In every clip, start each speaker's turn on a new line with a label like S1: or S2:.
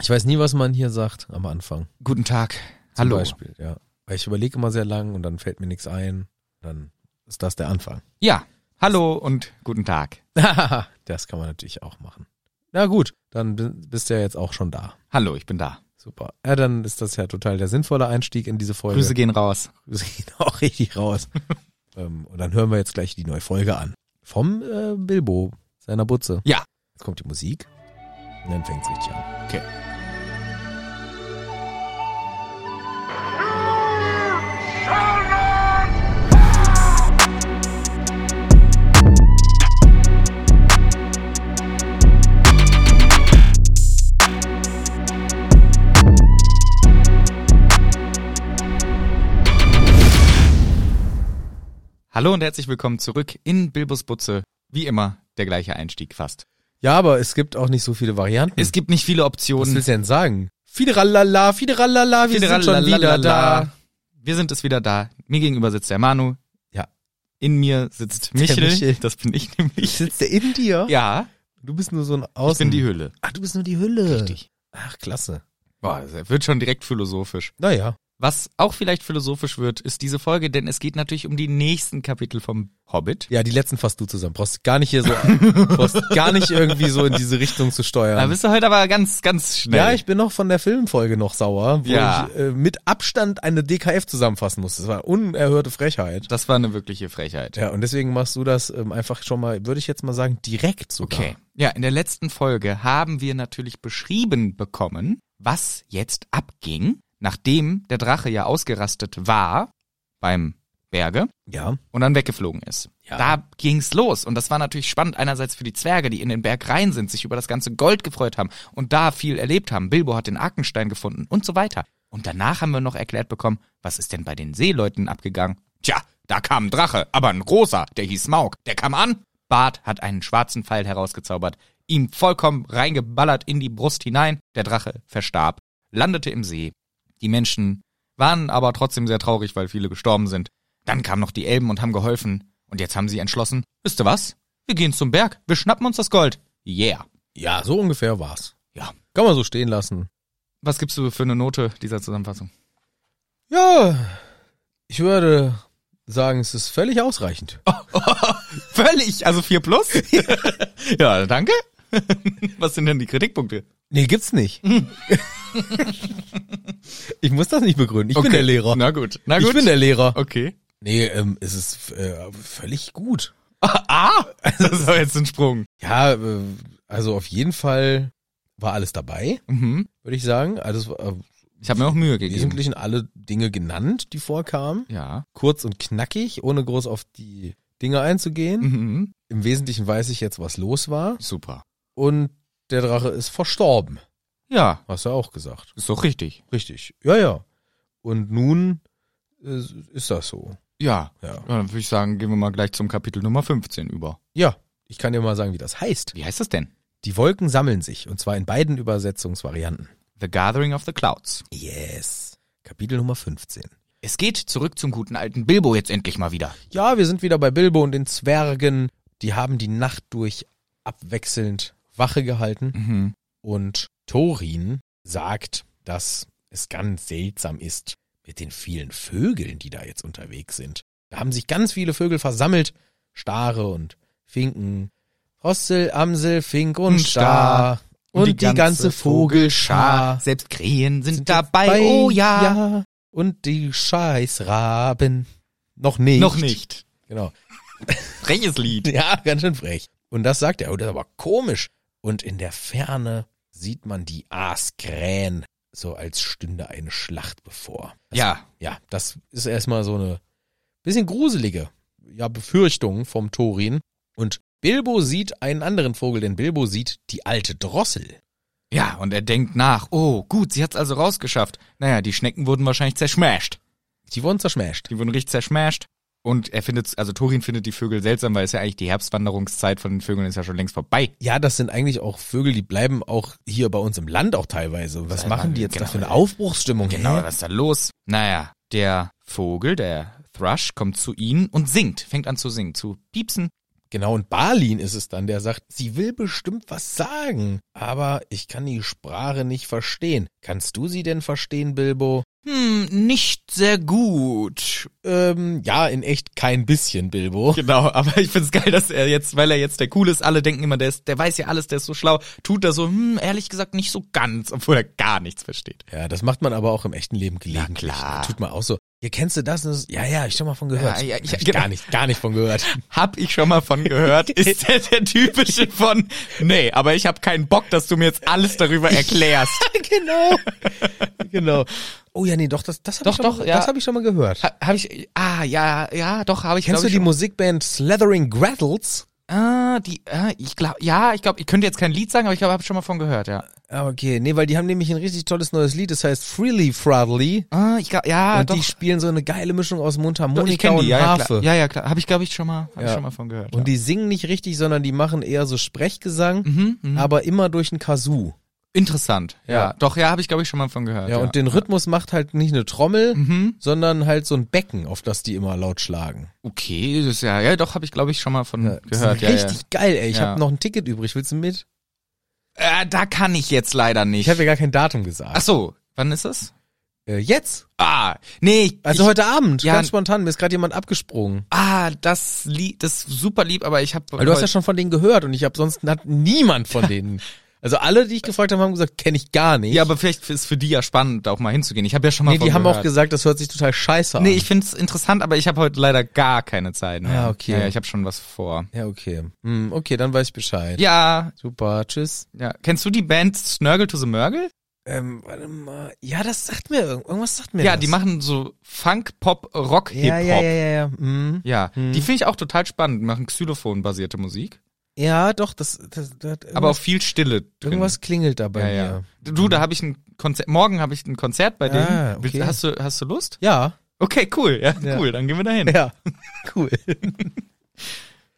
S1: Ich weiß nie, was man hier sagt am Anfang.
S2: Guten Tag.
S1: Zum
S2: Hallo.
S1: Beispiel, ja. Weil ich überlege immer sehr lang und dann fällt mir nichts ein. Dann ist das der Anfang.
S2: Ja. Hallo und guten Tag.
S1: das kann man natürlich auch machen. Na gut, dann bi- bist du ja jetzt auch schon da.
S2: Hallo, ich bin da.
S1: Super. Ja, dann ist das ja total der sinnvolle Einstieg in diese Folge.
S2: Grüße gehen raus.
S1: Grüße gehen auch richtig raus. ähm, und dann hören wir jetzt gleich die neue Folge an. Vom äh, Bilbo, seiner Butze.
S2: Ja.
S1: Jetzt kommt die Musik und dann fängt's richtig an.
S2: Hallo und herzlich willkommen zurück in Bilbos Butze. Wie immer, der gleiche Einstieg fast.
S1: Ja, aber es gibt auch nicht so viele Varianten.
S2: Es gibt nicht viele
S1: Hm. Was
S2: Optionen.
S1: willst du denn sagen? Fideralala, Fideralala, wir sind schon wieder da.
S2: Wir sind es wieder da. Mir gegenüber sitzt der Manu.
S1: Ja.
S2: In mir sitzt
S1: Der
S2: Michel.
S1: Michel.
S2: Das bin ich nämlich.
S1: Sitzt der in dir?
S2: Ja,
S1: Du bist nur so ein
S2: ich
S1: Außen.
S2: bin die Hülle.
S1: Ach, du bist nur die Hülle.
S2: Richtig.
S1: Ach, klasse.
S2: Boah, das wird schon direkt philosophisch.
S1: Naja.
S2: Was auch vielleicht philosophisch wird, ist diese Folge, denn es geht natürlich um die nächsten Kapitel vom Hobbit.
S1: Ja, die letzten fasst du zusammen. Brauchst gar nicht hier so, brauchst gar nicht irgendwie so in diese Richtung zu steuern.
S2: Da bist du heute aber ganz, ganz schnell.
S1: Ähm, Ja, ich bin noch von der Filmfolge noch sauer, wo
S2: Ja.
S1: ich äh, mit Abstand eine DKF zusammenfassen muss. Das war unerhörte Frechheit.
S2: das war eine wirkliche Frechheit.
S1: Ja, und deswegen machst du das ähm, einfach schon mal, würde ich jetzt mal sagen, direkt sogar.
S2: Okay. Ja, in der letzten Folge haben wir natürlich beschrieben bekommen, was jetzt abging, nachdem der Drache ja ausgerastet war beim Berge
S1: Ja.
S2: und dann weggeflogen ist.
S1: Ja.
S2: Da ging's los und das war natürlich spannend einerseits für die Zwerge, die in den Berg rein sind, sich über das ganze Gold gefreut haben und da viel erlebt haben. Bilbo hat den Arkenstein gefunden und so weiter. Und danach haben wir noch erklärt bekommen, was ist denn bei den Seeleuten abgegangen? Tja, da kam ein Drache, aber ein großer, der hieß Smaug. Der kam an, Bart hat einen schwarzen Pfeil herausgezaubert, ihm vollkommen reingeballert in die Brust hinein. Der Drache verstarb, landete im See. Die Menschen waren aber trotzdem sehr traurig, weil viele gestorben sind. Dann kamen noch die Elben und haben geholfen. Und jetzt haben sie entschlossen, wisst ihr was? Wir gehen zum Berg, wir schnappen uns das Gold. Yeah.
S1: Ja, so ungefähr war's.
S2: Ja.
S1: Kann man so stehen lassen.
S2: Was gibst du für eine Note dieser Zusammenfassung?
S1: Ja, ich würde sagen, es ist völlig ausreichend.
S2: Völlig, also 4 plus? ja, danke. was sind denn die Kritikpunkte?
S1: Nee, gibt's nicht. ich muss das nicht begründen. Ich bin der Lehrer.
S2: Na gut, na gut.
S1: Ich bin der Lehrer.
S2: Okay.
S1: Nee, ähm, es ist äh, völlig gut.
S2: Ah, das war jetzt ein Sprung.
S1: Ja, äh, also auf jeden Fall war alles dabei,
S2: Mhm.
S1: würde ich sagen. Also es war, äh,
S2: Ich habe mir auch Mühe
S1: im
S2: gegeben.
S1: Wesentlichen alle Dinge genannt, die vorkamen.
S2: Ja.
S1: Kurz und knackig, ohne groß auf die Dinge einzugehen.
S2: Mhm.
S1: Im Wesentlichen weiß ich jetzt, was los war.
S2: Super.
S1: Und der Drache ist verstorben.
S2: Ja,
S1: Hast du auch gesagt.
S2: ist doch richtig.
S1: Richtig. Ja, ja. Und nun äh, ist das so.
S2: Ja.
S1: Ja.
S2: Dann würde ich sagen, gehen wir mal gleich zum Kapitel Nummer 15 über.
S1: Ja. Ich kann dir mal sagen, wie das heißt.
S2: Wie heißt das denn?
S1: Die Wolken sammeln sich, und zwar in beiden Übersetzungsvarianten.
S2: The Gathering of the Clouds.
S1: Yes. Kapitel Nummer 15.
S2: Es geht zurück zum guten alten Bilbo jetzt endlich mal wieder.
S1: Ja, wir sind wieder bei Bilbo und den Zwergen. Die haben die Nacht durch abwechselnd Wache gehalten.
S2: Mhm.
S1: Und Thorin sagt, dass es ganz seltsam ist mit den vielen Vögeln, die da jetzt unterwegs sind. Da haben sich ganz viele Vögel versammelt. Stare und Finken. Rostel, Amsel, Fink und,
S2: Und
S1: Star.
S2: Star.
S1: Und, die, ganze, Vogelschar.
S2: Selbst Krähen Ah. sind,
S1: sind
S2: dabei.
S1: dabei,
S2: Oh ja.
S1: Und die Scheißraben. Noch nicht.
S2: Noch nicht.
S1: Genau.
S2: Freches Lied.
S1: Ja, ganz schön frech. Und das sagt er. Oh, das ist aber komisch. Und in der Ferne sieht man die Aasgrähen, so als stünde eine Schlacht bevor. Das,
S2: Ja.
S1: Ja, das ist erstmal so eine bisschen gruselige ja, Befürchtung vom Thorin. Und Bilbo sieht einen anderen Vogel, denn Bilbo sieht die alte Drossel.
S2: Ja, und er denkt nach. Oh, gut, sie hat's also rausgeschafft. Naja, die Schnecken wurden wahrscheinlich zerschmasht.
S1: Die wurden zerschmäscht.
S2: Die wurden richtig zerschmasht. Und er findet, also Thorin findet die Vögel seltsam, weil es ja eigentlich die Herbstwanderungszeit von den Vögeln ist ja schon längst vorbei.
S1: Ja, das sind eigentlich auch Vögel, die bleiben auch hier bei uns im Land auch teilweise. Was
S2: Sag
S1: machen
S2: mal,
S1: die jetzt da
S2: genau.
S1: für eine Aufbruchsstimmung?
S2: Genau,
S1: Hä?
S2: was ist da los? Naja, der Vogel, der Thrush, kommt zu ihnen und singt, fängt an zu singen, zu piepsen.
S1: Genau, und Balin ist es dann, der sagt, sie will bestimmt was sagen. aber ich kann die Sprache nicht verstehen. Kannst du sie denn verstehen, Bilbo?
S2: Hm, nicht sehr gut.
S1: Ähm, ja, in echt kein bisschen, Bilbo.
S2: Genau, aber ich find's geil, dass er jetzt, weil er jetzt der Cool ist, alle denken immer, der, ist, der weiß ja alles, der ist so schlau, tut er so, hm, ehrlich gesagt nicht so ganz, obwohl er gar nichts versteht.
S1: Ja, das macht man aber auch im echten Leben gelegentlich.
S2: klar.
S1: Tut man auch so. Hier kennst du das? Und das? Ja, ja, ich schon mal von gehört.
S2: Ja, ja, ich-
S1: Hab ich
S2: genau.
S1: gar nicht, gar nicht von gehört.
S2: Hab ich schon mal von gehört, ist der der typische von, nee, aber ich hab keinen Bock, dass du mir jetzt alles darüber erklärst.
S1: genau. genau. Oh ja, nee, doch, das, das habe
S2: Doch,
S1: ich, schon
S2: doch,
S1: mal-
S2: ja.
S1: das hab ich schon mal gehört.
S2: Ha, hab ich, ah, ja, ja, doch, habe ich.
S1: Kennst
S2: glaub
S1: du
S2: ich,
S1: die
S2: schon-
S1: Musikband Slathering Grattles?
S2: Ah, die, ah, ich glaube, ja, ich glaube, ich könnte jetzt kein Lied sagen, aber ich glaube, habe schon mal von gehört, ja.
S1: Ah, okay. Nee, weil die haben nämlich ein richtig tolles neues Lied, das heißt Freely Fraddly.
S2: Ah, ich glaube, ja,
S1: und
S2: doch.
S1: die spielen so eine geile Mischung aus
S2: doch,
S1: Mundharmonika
S2: ich kenne
S1: und
S2: die, ja, ja,
S1: Harfe.
S2: klar. Ja, ja, klar. Habe ich, glaube ich, schon mal, hab ich
S1: Ja.
S2: schon mal von gehört.
S1: Und
S2: ja.
S1: die singen nicht richtig, sondern die machen eher so Sprechgesang,
S2: Mhm, mhm.
S1: aber immer durch ein Kazoo.
S2: Interessant. Ja.
S1: Ja.
S2: Doch, ja, habe ich, glaube ich, schon mal von gehört.
S1: Ja, und den Rhythmus macht halt nicht eine Trommel,
S2: Mhm.
S1: sondern halt so ein Becken, auf das die immer laut schlagen.
S2: Okay, das ist ja, ja, doch, habe ich, glaube ich, schon mal von
S1: Das ist
S2: gehört. Ja, ja.
S1: richtig geil, ey. Ich
S2: Ja.
S1: hab habe noch ein Ticket übrig. Willst du mit?
S2: Äh, da kann ich jetzt leider nicht.
S1: Ich habe ja gar kein Datum gesagt.
S2: Ach so, wann ist es?
S1: Äh, jetzt?
S2: Ah, nee, ich,
S1: Also
S2: ich,
S1: heute Abend,
S2: Ja.
S1: ganz spontan. Mir ist gerade jemand abgesprungen.
S2: ah, das Lied, das ist super lieb, aber ich habe.
S1: Weil du hast ja schon von denen gehört und ich habe sonst hat niemand von denen. Also alle, die ich gefragt habe, haben gesagt, kenne ich gar nicht.
S2: Ja, aber vielleicht ist für die ja spannend, da auch mal hinzugehen. Ich habe ja schon mal
S1: nee,
S2: von
S1: die haben
S2: gehört.
S1: auch gesagt, das hört sich total scheiße an.
S2: Nee, ich find's interessant, aber ich habe heute leider gar keine Zeit mehr.
S1: Ah, okay.
S2: Ja, ja, ich habe schon was vor.
S1: ja, okay. Hm, okay, dann weiß ich Bescheid.
S2: Ja,
S1: Super, tschüss.
S2: ja. Kennst du die Band Snurgle to the Murgle?
S1: Ähm, warte mal. Ja, das sagt mir irgend- irgendwas. sagt mir
S2: Ja,
S1: das.
S2: die machen so Funk, Pop, Rock, Hip-Hop.
S1: Ja, ja, ja, ja, ja. Hm.
S2: Ja,
S1: Hm.
S2: die finde ich auch total spannend. Die machen Xylophon-basierte Musik,
S1: Ja, doch, das, das, das
S2: aber auch viel Stille drin.
S1: irgendwas klingelt da bei
S2: ja,
S1: mir.
S2: ja. Du, da habe ich ein Konzert. Morgen habe ich ein Konzert bei denen.
S1: Ah,
S2: Willst-
S1: okay.
S2: Hast du, hast du Lust?
S1: Ja,
S2: Okay, cool. Ja,
S1: Ja.
S2: cool. Dann gehen wir dahin.
S1: ja, cool.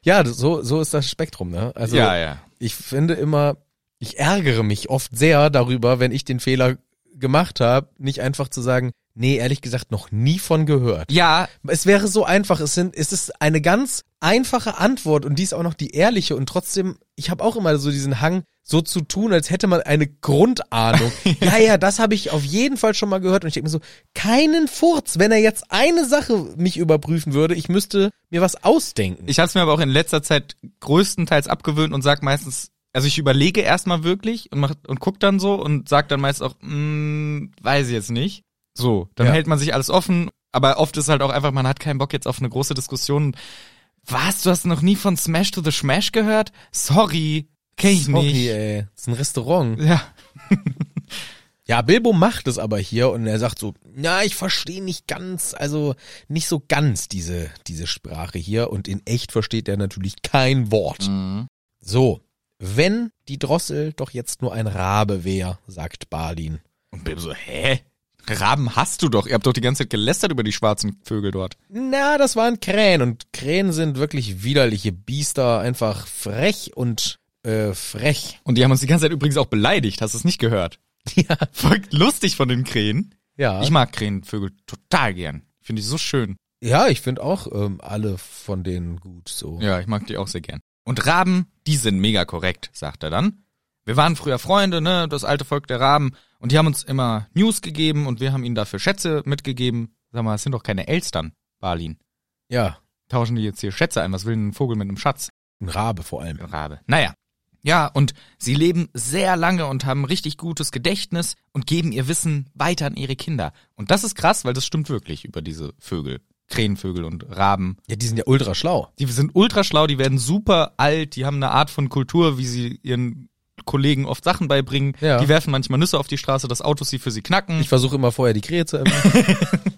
S1: ja, das- so, so ist das Spektrum, ne? Also,
S2: ja, ja.
S1: ich finde immer, ich ärgere mich oft sehr darüber, wenn ich den Fehler gemacht habe, nicht einfach zu sagen, nee, ehrlich gesagt, noch nie von gehört.
S2: Ja,
S1: Es wäre so einfach, es, sind, es ist eine ganz einfache Antwort und die ist auch noch die ehrliche und trotzdem, ich habe auch immer so diesen Hang, so zu tun, als hätte man eine Grundahnung. ja, ja, das habe ich auf jeden Fall schon mal gehört und ich denke mir so, keinen Furz, wenn er jetzt eine Sache mich überprüfen würde, ich müsste mir was ausdenken.
S2: Ich habe es mir aber auch in letzter Zeit größtenteils abgewöhnt und sag meistens, also ich überlege erstmal wirklich und mach, und guck dann so und sag dann meist auch, mm, weiß ich jetzt nicht. So, dann
S1: Ja.
S2: hält man sich alles offen, aber oft ist halt auch einfach, man hat keinen Bock jetzt auf eine große Diskussion. Was, du hast noch nie von Smash to the Smash gehört? Sorry, kenn ich
S1: Sorry,
S2: nicht.
S1: ey, das ist ein Restaurant.
S2: Ja,
S1: Ja, Bilbo macht es aber hier und er sagt so, na, ich verstehe nicht ganz, also nicht so ganz diese, diese Sprache hier und in echt versteht er natürlich kein Wort.
S2: Mhm.
S1: So, wenn die Drossel doch jetzt nur ein Rabe wäre, sagt Balin.
S2: Und Bilbo so, hä? Raben hast du doch. Ihr habt doch die ganze Zeit gelästert über die schwarzen Vögel dort.
S1: Na, das waren Krähen und Krähen sind wirklich widerliche Biester, einfach frech und äh, frech.
S2: Und die haben uns die ganze Zeit übrigens auch beleidigt. Hast du es nicht gehört?
S1: Ja,
S2: Voll lustig von den Krähen.
S1: ja.
S2: Ich mag Krähenvögel total gern. Finde ich so schön.
S1: ja, ich finde auch ähm, alle von denen gut so.
S2: Ja, ich mag die auch sehr gern. Und Raben, die sind mega korrekt, sagt er dann. Wir waren früher Freunde, ne, das alte Volk der Raben. Und die haben uns immer News gegeben und wir haben ihnen dafür Schätze mitgegeben. Sag mal, es sind doch keine Elstern, Balin.
S1: ja,
S2: Tauschen die jetzt hier Schätze ein. Was will denn ein Vogel mit einem Schatz?
S1: ein Rabe vor allem.
S2: Ein Rabe. Naja. Ja, und sie leben sehr lange und haben richtig gutes Gedächtnis und geben ihr Wissen weiter an ihre Kinder. Und das ist krass, weil das stimmt wirklich über diese Vögel. Krähenvögel und Raben.
S1: Ja, die sind ja ultra schlau.
S2: Die sind ultra schlau, die werden super alt, die haben eine Art von Kultur, wie sie ihren Kollegen oft Sachen beibringen.
S1: Ja.
S2: Die werfen manchmal Nüsse auf die Straße, dass Autos sie für sie knacken.
S1: Ich versuche immer vorher die Krähe zu erwischen.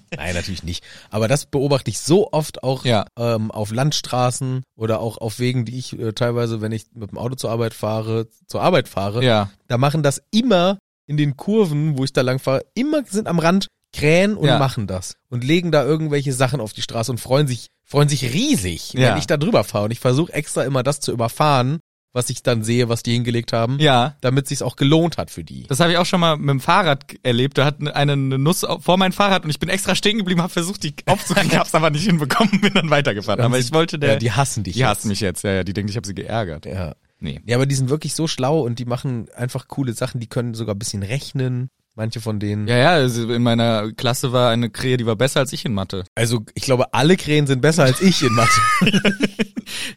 S1: Nein, natürlich nicht. Aber das beobachte ich so oft auch
S2: Ja.
S1: ähm, auf Landstraßen oder auch auf Wegen, die ich äh, teilweise, wenn ich mit dem Auto zur Arbeit fahre, zur Arbeit fahre.
S2: ja.
S1: Da machen das immer in den Kurven, wo ich da lang fahre, immer sind am Rand Krähen und
S2: Ja.
S1: machen das und legen da irgendwelche Sachen auf die Straße und freuen sich, freuen sich riesig,
S2: Ja.
S1: wenn ich da drüber fahre. Und ich versuche extra immer das zu überfahren, was ich dann sehe, was die hingelegt haben,
S2: Ja.
S1: damit sich's auch gelohnt hat für die.
S2: Das habe ich auch schon mal mit dem Fahrrad g- erlebt. Da hat eine, eine Nuss au- vor mein Fahrrad und ich bin extra stehen geblieben, habe versucht, die aufzukriegen, hab's aber nicht hinbekommen, bin dann weitergefahren. Aber ich wollte der.
S1: ja, die hassen dich.
S2: die
S1: jetzt.
S2: hasst mich jetzt, ja, ja. Die denkt, ich habe sie geärgert.
S1: Ja.
S2: Nee.
S1: Ja, aber die sind wirklich so schlau und die machen einfach coole Sachen. Die können sogar ein bisschen rechnen. Manche von denen.
S2: Ja, ja, also in meiner Klasse war eine Krähe, die war besser als ich in Mathe.
S1: Also ich glaube, alle Krähen sind besser als ich in Mathe.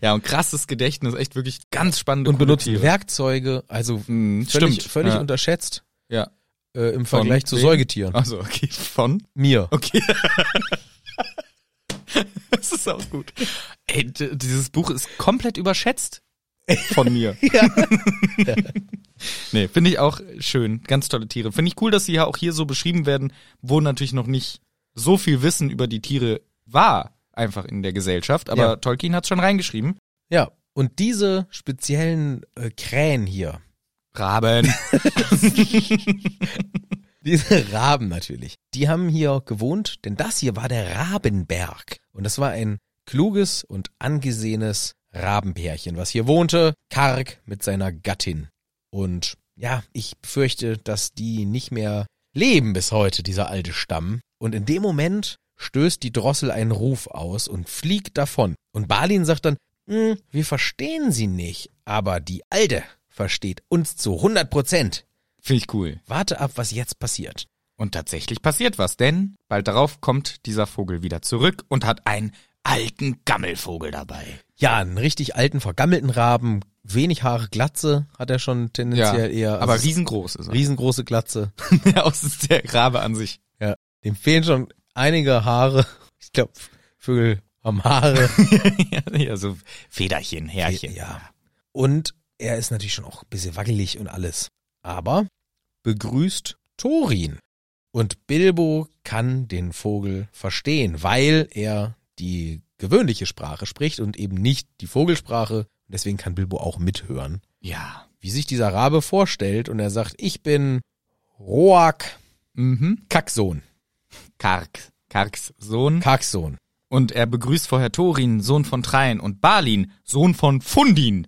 S2: Ja, und krasses Gedächtnis, echt wirklich ganz spannend.
S1: und benutzen Werkzeuge. Also
S2: Hm,
S1: völlig,
S2: stimmt.
S1: völlig
S2: ja.
S1: unterschätzt
S2: ja.
S1: äh, im
S2: Von
S1: Vergleich zu
S2: wem?
S1: Säugetieren.
S2: Also, okay, von?
S1: Mir.
S2: Okay. das ist auch gut. Ey, d- dieses Buch ist komplett überschätzt von mir.
S1: Ja.
S2: Nee, finde ich auch schön. Ganz tolle Tiere. Finde ich cool, dass sie ja auch hier so beschrieben werden, wo natürlich noch nicht so viel Wissen über die Tiere war, einfach in der Gesellschaft. Aber
S1: Ja.
S2: Tolkien hat schon reingeschrieben.
S1: Ja. Und diese speziellen äh, Krähen hier,
S2: Raben.
S1: diese Raben natürlich, die haben hier gewohnt, denn das hier war der Rabenberg. Und das war ein kluges und angesehenes Rabenpärchen, was hier wohnte, karg mit seiner Gattin. Und ja, ich befürchte, dass die nicht mehr leben bis heute, dieser alte Stamm. Und in dem Moment stößt die Drossel einen Ruf aus und fliegt davon. Und Balin sagt dann, "Hm, wir verstehen sie nicht, aber die Alte versteht uns zu 100 Prozent.
S2: Finde ich cool.
S1: Warte ab, was jetzt passiert.
S2: Und tatsächlich passiert was, denn bald darauf kommt dieser Vogel wieder zurück und hat einen alten Gammelvogel dabei.
S1: Ja, einen richtig alten, vergammelten Raben, wenig Haare, Glatze hat er schon tendenziell eher. Also
S2: aber
S1: es ist
S2: riesengroß ist
S1: eine
S2: er.
S1: riesengroße Glatze.
S2: Ja, aus ist der Rabe an sich.
S1: Dem fehlen schon einige Haare. Ich glaube, Vögel haben Haare.
S2: ja, ja, so Federchen, Härchen.
S1: Ja. Und er ist natürlich schon auch ein bisschen wackelig und alles. Aber begrüßt Thorin. Und Bilbo kann den Vogel verstehen, weil er die gewöhnliche Sprache spricht und eben nicht die Vogelsprache. Deswegen kann Bilbo auch mithören.
S2: Ja.
S1: wie sich dieser Rabe vorstellt und er sagt, ich bin Roak
S2: Mhm.
S1: Kacksohn,
S2: Kark. Karks Sohn.
S1: Kacksohn.
S2: Und er begrüßt vorher Thorin, Sohn von Trein, und Balin, Sohn von Fundin.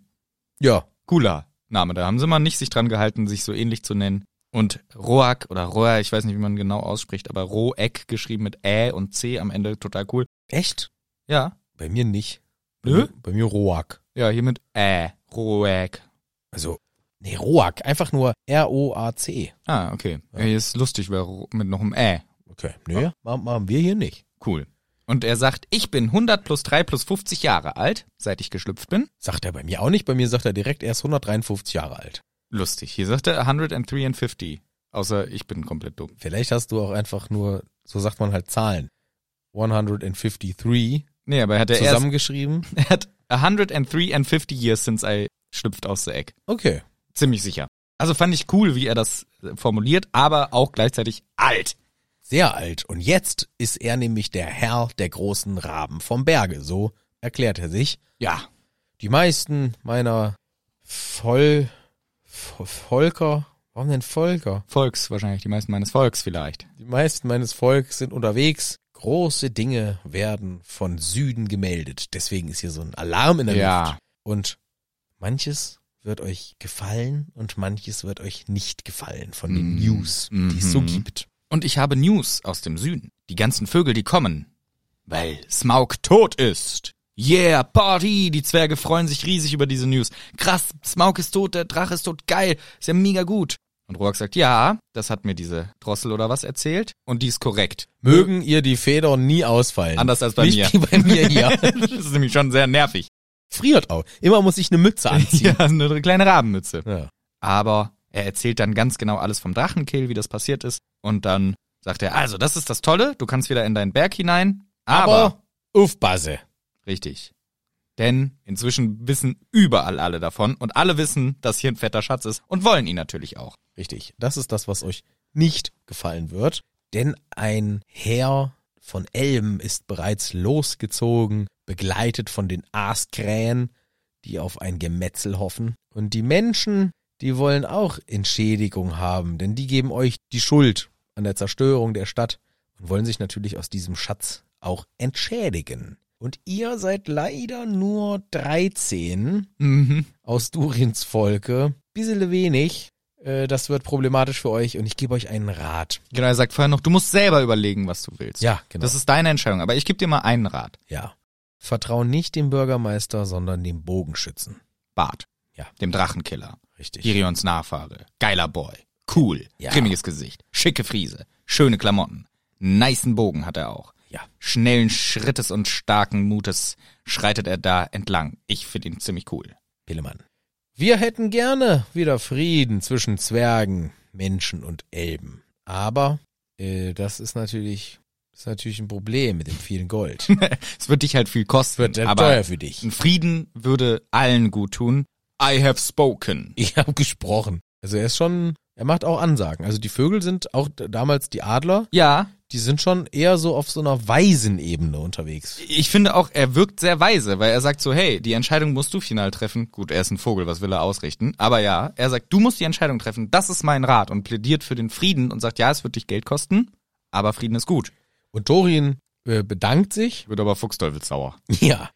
S1: Ja,
S2: Cooler Name, da haben sie mal nicht sich dran gehalten, sich so ähnlich zu nennen. Und Roak oder Roa, ich weiß nicht, wie man genau ausspricht, aber Roek geschrieben mit Ä und C am Ende, total cool.
S1: echt?
S2: Ja,
S1: Bei mir nicht. Bei,
S2: Nö?
S1: mir, bei mir Roak.
S2: ja, hier mit Ä, Roek.
S1: Also, nee, Roak, einfach nur R-O-A-C.
S2: Ah, okay. Ja. Hier ist lustig, weil Ro- mit noch einem Ä.
S1: Okay, nö,
S2: Ah.
S1: ma- machen wir hier nicht.
S2: Cool. Und er sagt, ich bin 100 plus 3 plus 50 Jahre alt, seit ich geschlüpft bin.
S1: Sagt er bei mir auch nicht, bei mir sagt er direkt, er ist 153 Jahre alt.
S2: Lustig. Hier sagt er 103 and 50. Außer ich bin komplett dumm.
S1: Vielleicht hast du auch einfach nur, so sagt man halt Zahlen, 153
S2: Nee, aber er hat er erst,
S1: zusammengeschrieben.
S2: er hat 103 and 50 years since I schlüpft aus der Eck.
S1: Okay,
S2: Ziemlich sicher. Also fand ich cool, wie er das formuliert, aber auch gleichzeitig alt.
S1: sehr alt. Und jetzt ist er nämlich der Herr der großen Raben vom Berge, so erklärt er sich.
S2: Ja.
S1: die meisten meiner Voll, Vo- Volker, warum denn Volker?
S2: Volks wahrscheinlich, die meisten meines Volks vielleicht.
S1: Die meisten meines Volks sind unterwegs. Große Dinge werden von Süden gemeldet. Deswegen ist hier so ein Alarm in der Luft.
S2: Ja.
S1: Und manches wird euch gefallen und manches wird euch nicht gefallen von den
S2: Mhm.
S1: News, die es so
S2: Mhm.
S1: gibt.
S2: Und ich habe News aus dem Süden. Die ganzen Vögel, die kommen. Weil Smaug tot ist. Yeah, Party! Die Zwerge freuen sich riesig über diese News. Krass, Smaug ist tot, der Drache ist tot, geil, ist ja mega gut. Und Roak sagt, ja, das hat mir diese Drossel oder was erzählt. Und die ist korrekt.
S1: Mögen ihr die Federn nie ausfallen.
S2: Anders als bei
S1: nicht
S2: mir.
S1: Wie bei mir hier.
S2: das ist nämlich schon sehr nervig.
S1: Friert auch. Immer muss ich eine Mütze anziehen.
S2: Ja, eine kleine Rabenmütze.
S1: Ja.
S2: aber er erzählt dann ganz genau alles vom Drachenkill, wie das passiert ist. Und dann sagt er, also das ist das Tolle, du kannst wieder in deinen Berg hinein, aber,
S1: Aber, aufpasse.
S2: richtig. Denn inzwischen wissen überall alle davon und alle wissen, dass hier ein fetter Schatz ist und wollen ihn natürlich auch.
S1: Richtig. Das ist das, was euch nicht gefallen wird. Denn ein Heer von Elben ist bereits losgezogen, begleitet von den Aaskrähen, die auf ein Gemetzel hoffen. Und die Menschen, die wollen auch Entschädigung haben, denn die geben euch die Schuld an der Zerstörung der Stadt und wollen sich natürlich aus diesem Schatz auch entschädigen. Und ihr seid leider nur 13
S2: Mhm.
S1: aus Durins Volke. Bissele wenig. Äh, das wird problematisch für euch und ich gebe euch einen Rat.
S2: Genau, er sagt vorher noch, du musst selber überlegen, was du willst.
S1: Ja, genau.
S2: Das ist deine Entscheidung, aber ich gebe dir mal einen Rat.
S1: ja. Vertrau nicht dem Bürgermeister, sondern dem Bogenschützen.
S2: Bart.
S1: Ja.
S2: dem Drachenkiller.
S1: Richtig.
S2: Hirions Nachfahre. Geiler Boy. Cool.
S1: Ja.
S2: Grimmiges Gesicht. Schicke Friese. Schöne Klamotten. Nicen Bogen hat er auch.
S1: Ja.
S2: Schnellen Schrittes und starken Mutes schreitet er da entlang. Ich finde ihn ziemlich cool.
S1: Pillemann. Wir hätten gerne wieder Frieden zwischen Zwergen, Menschen und Elben. Aber äh, das ist natürlich, ist natürlich ein Problem mit dem vielen Gold.
S2: Es wird dich halt viel kosten,
S1: Wird sehr
S2: aber
S1: teuer für dich.
S2: ein Frieden würde allen gut tun. I have spoken.
S1: Ich habe gesprochen. Also er ist schon, er macht auch Ansagen. Also die Vögel sind auch d- damals die Adler,
S2: Ja,
S1: die sind schon eher so auf so einer weisen Ebene unterwegs.
S2: ich finde auch, er wirkt sehr weise, weil er sagt so, hey, die Entscheidung musst du final treffen. Gut, er ist ein Vogel, was will er ausrichten? Aber ja, er sagt, du musst die Entscheidung treffen, das ist mein Rat und plädiert für den Frieden und sagt, ja, es wird dich Geld kosten, aber Frieden ist gut.
S1: Und Dorin äh, bedankt sich,
S2: Wird aber Fuchsteufel sauer.
S1: ja,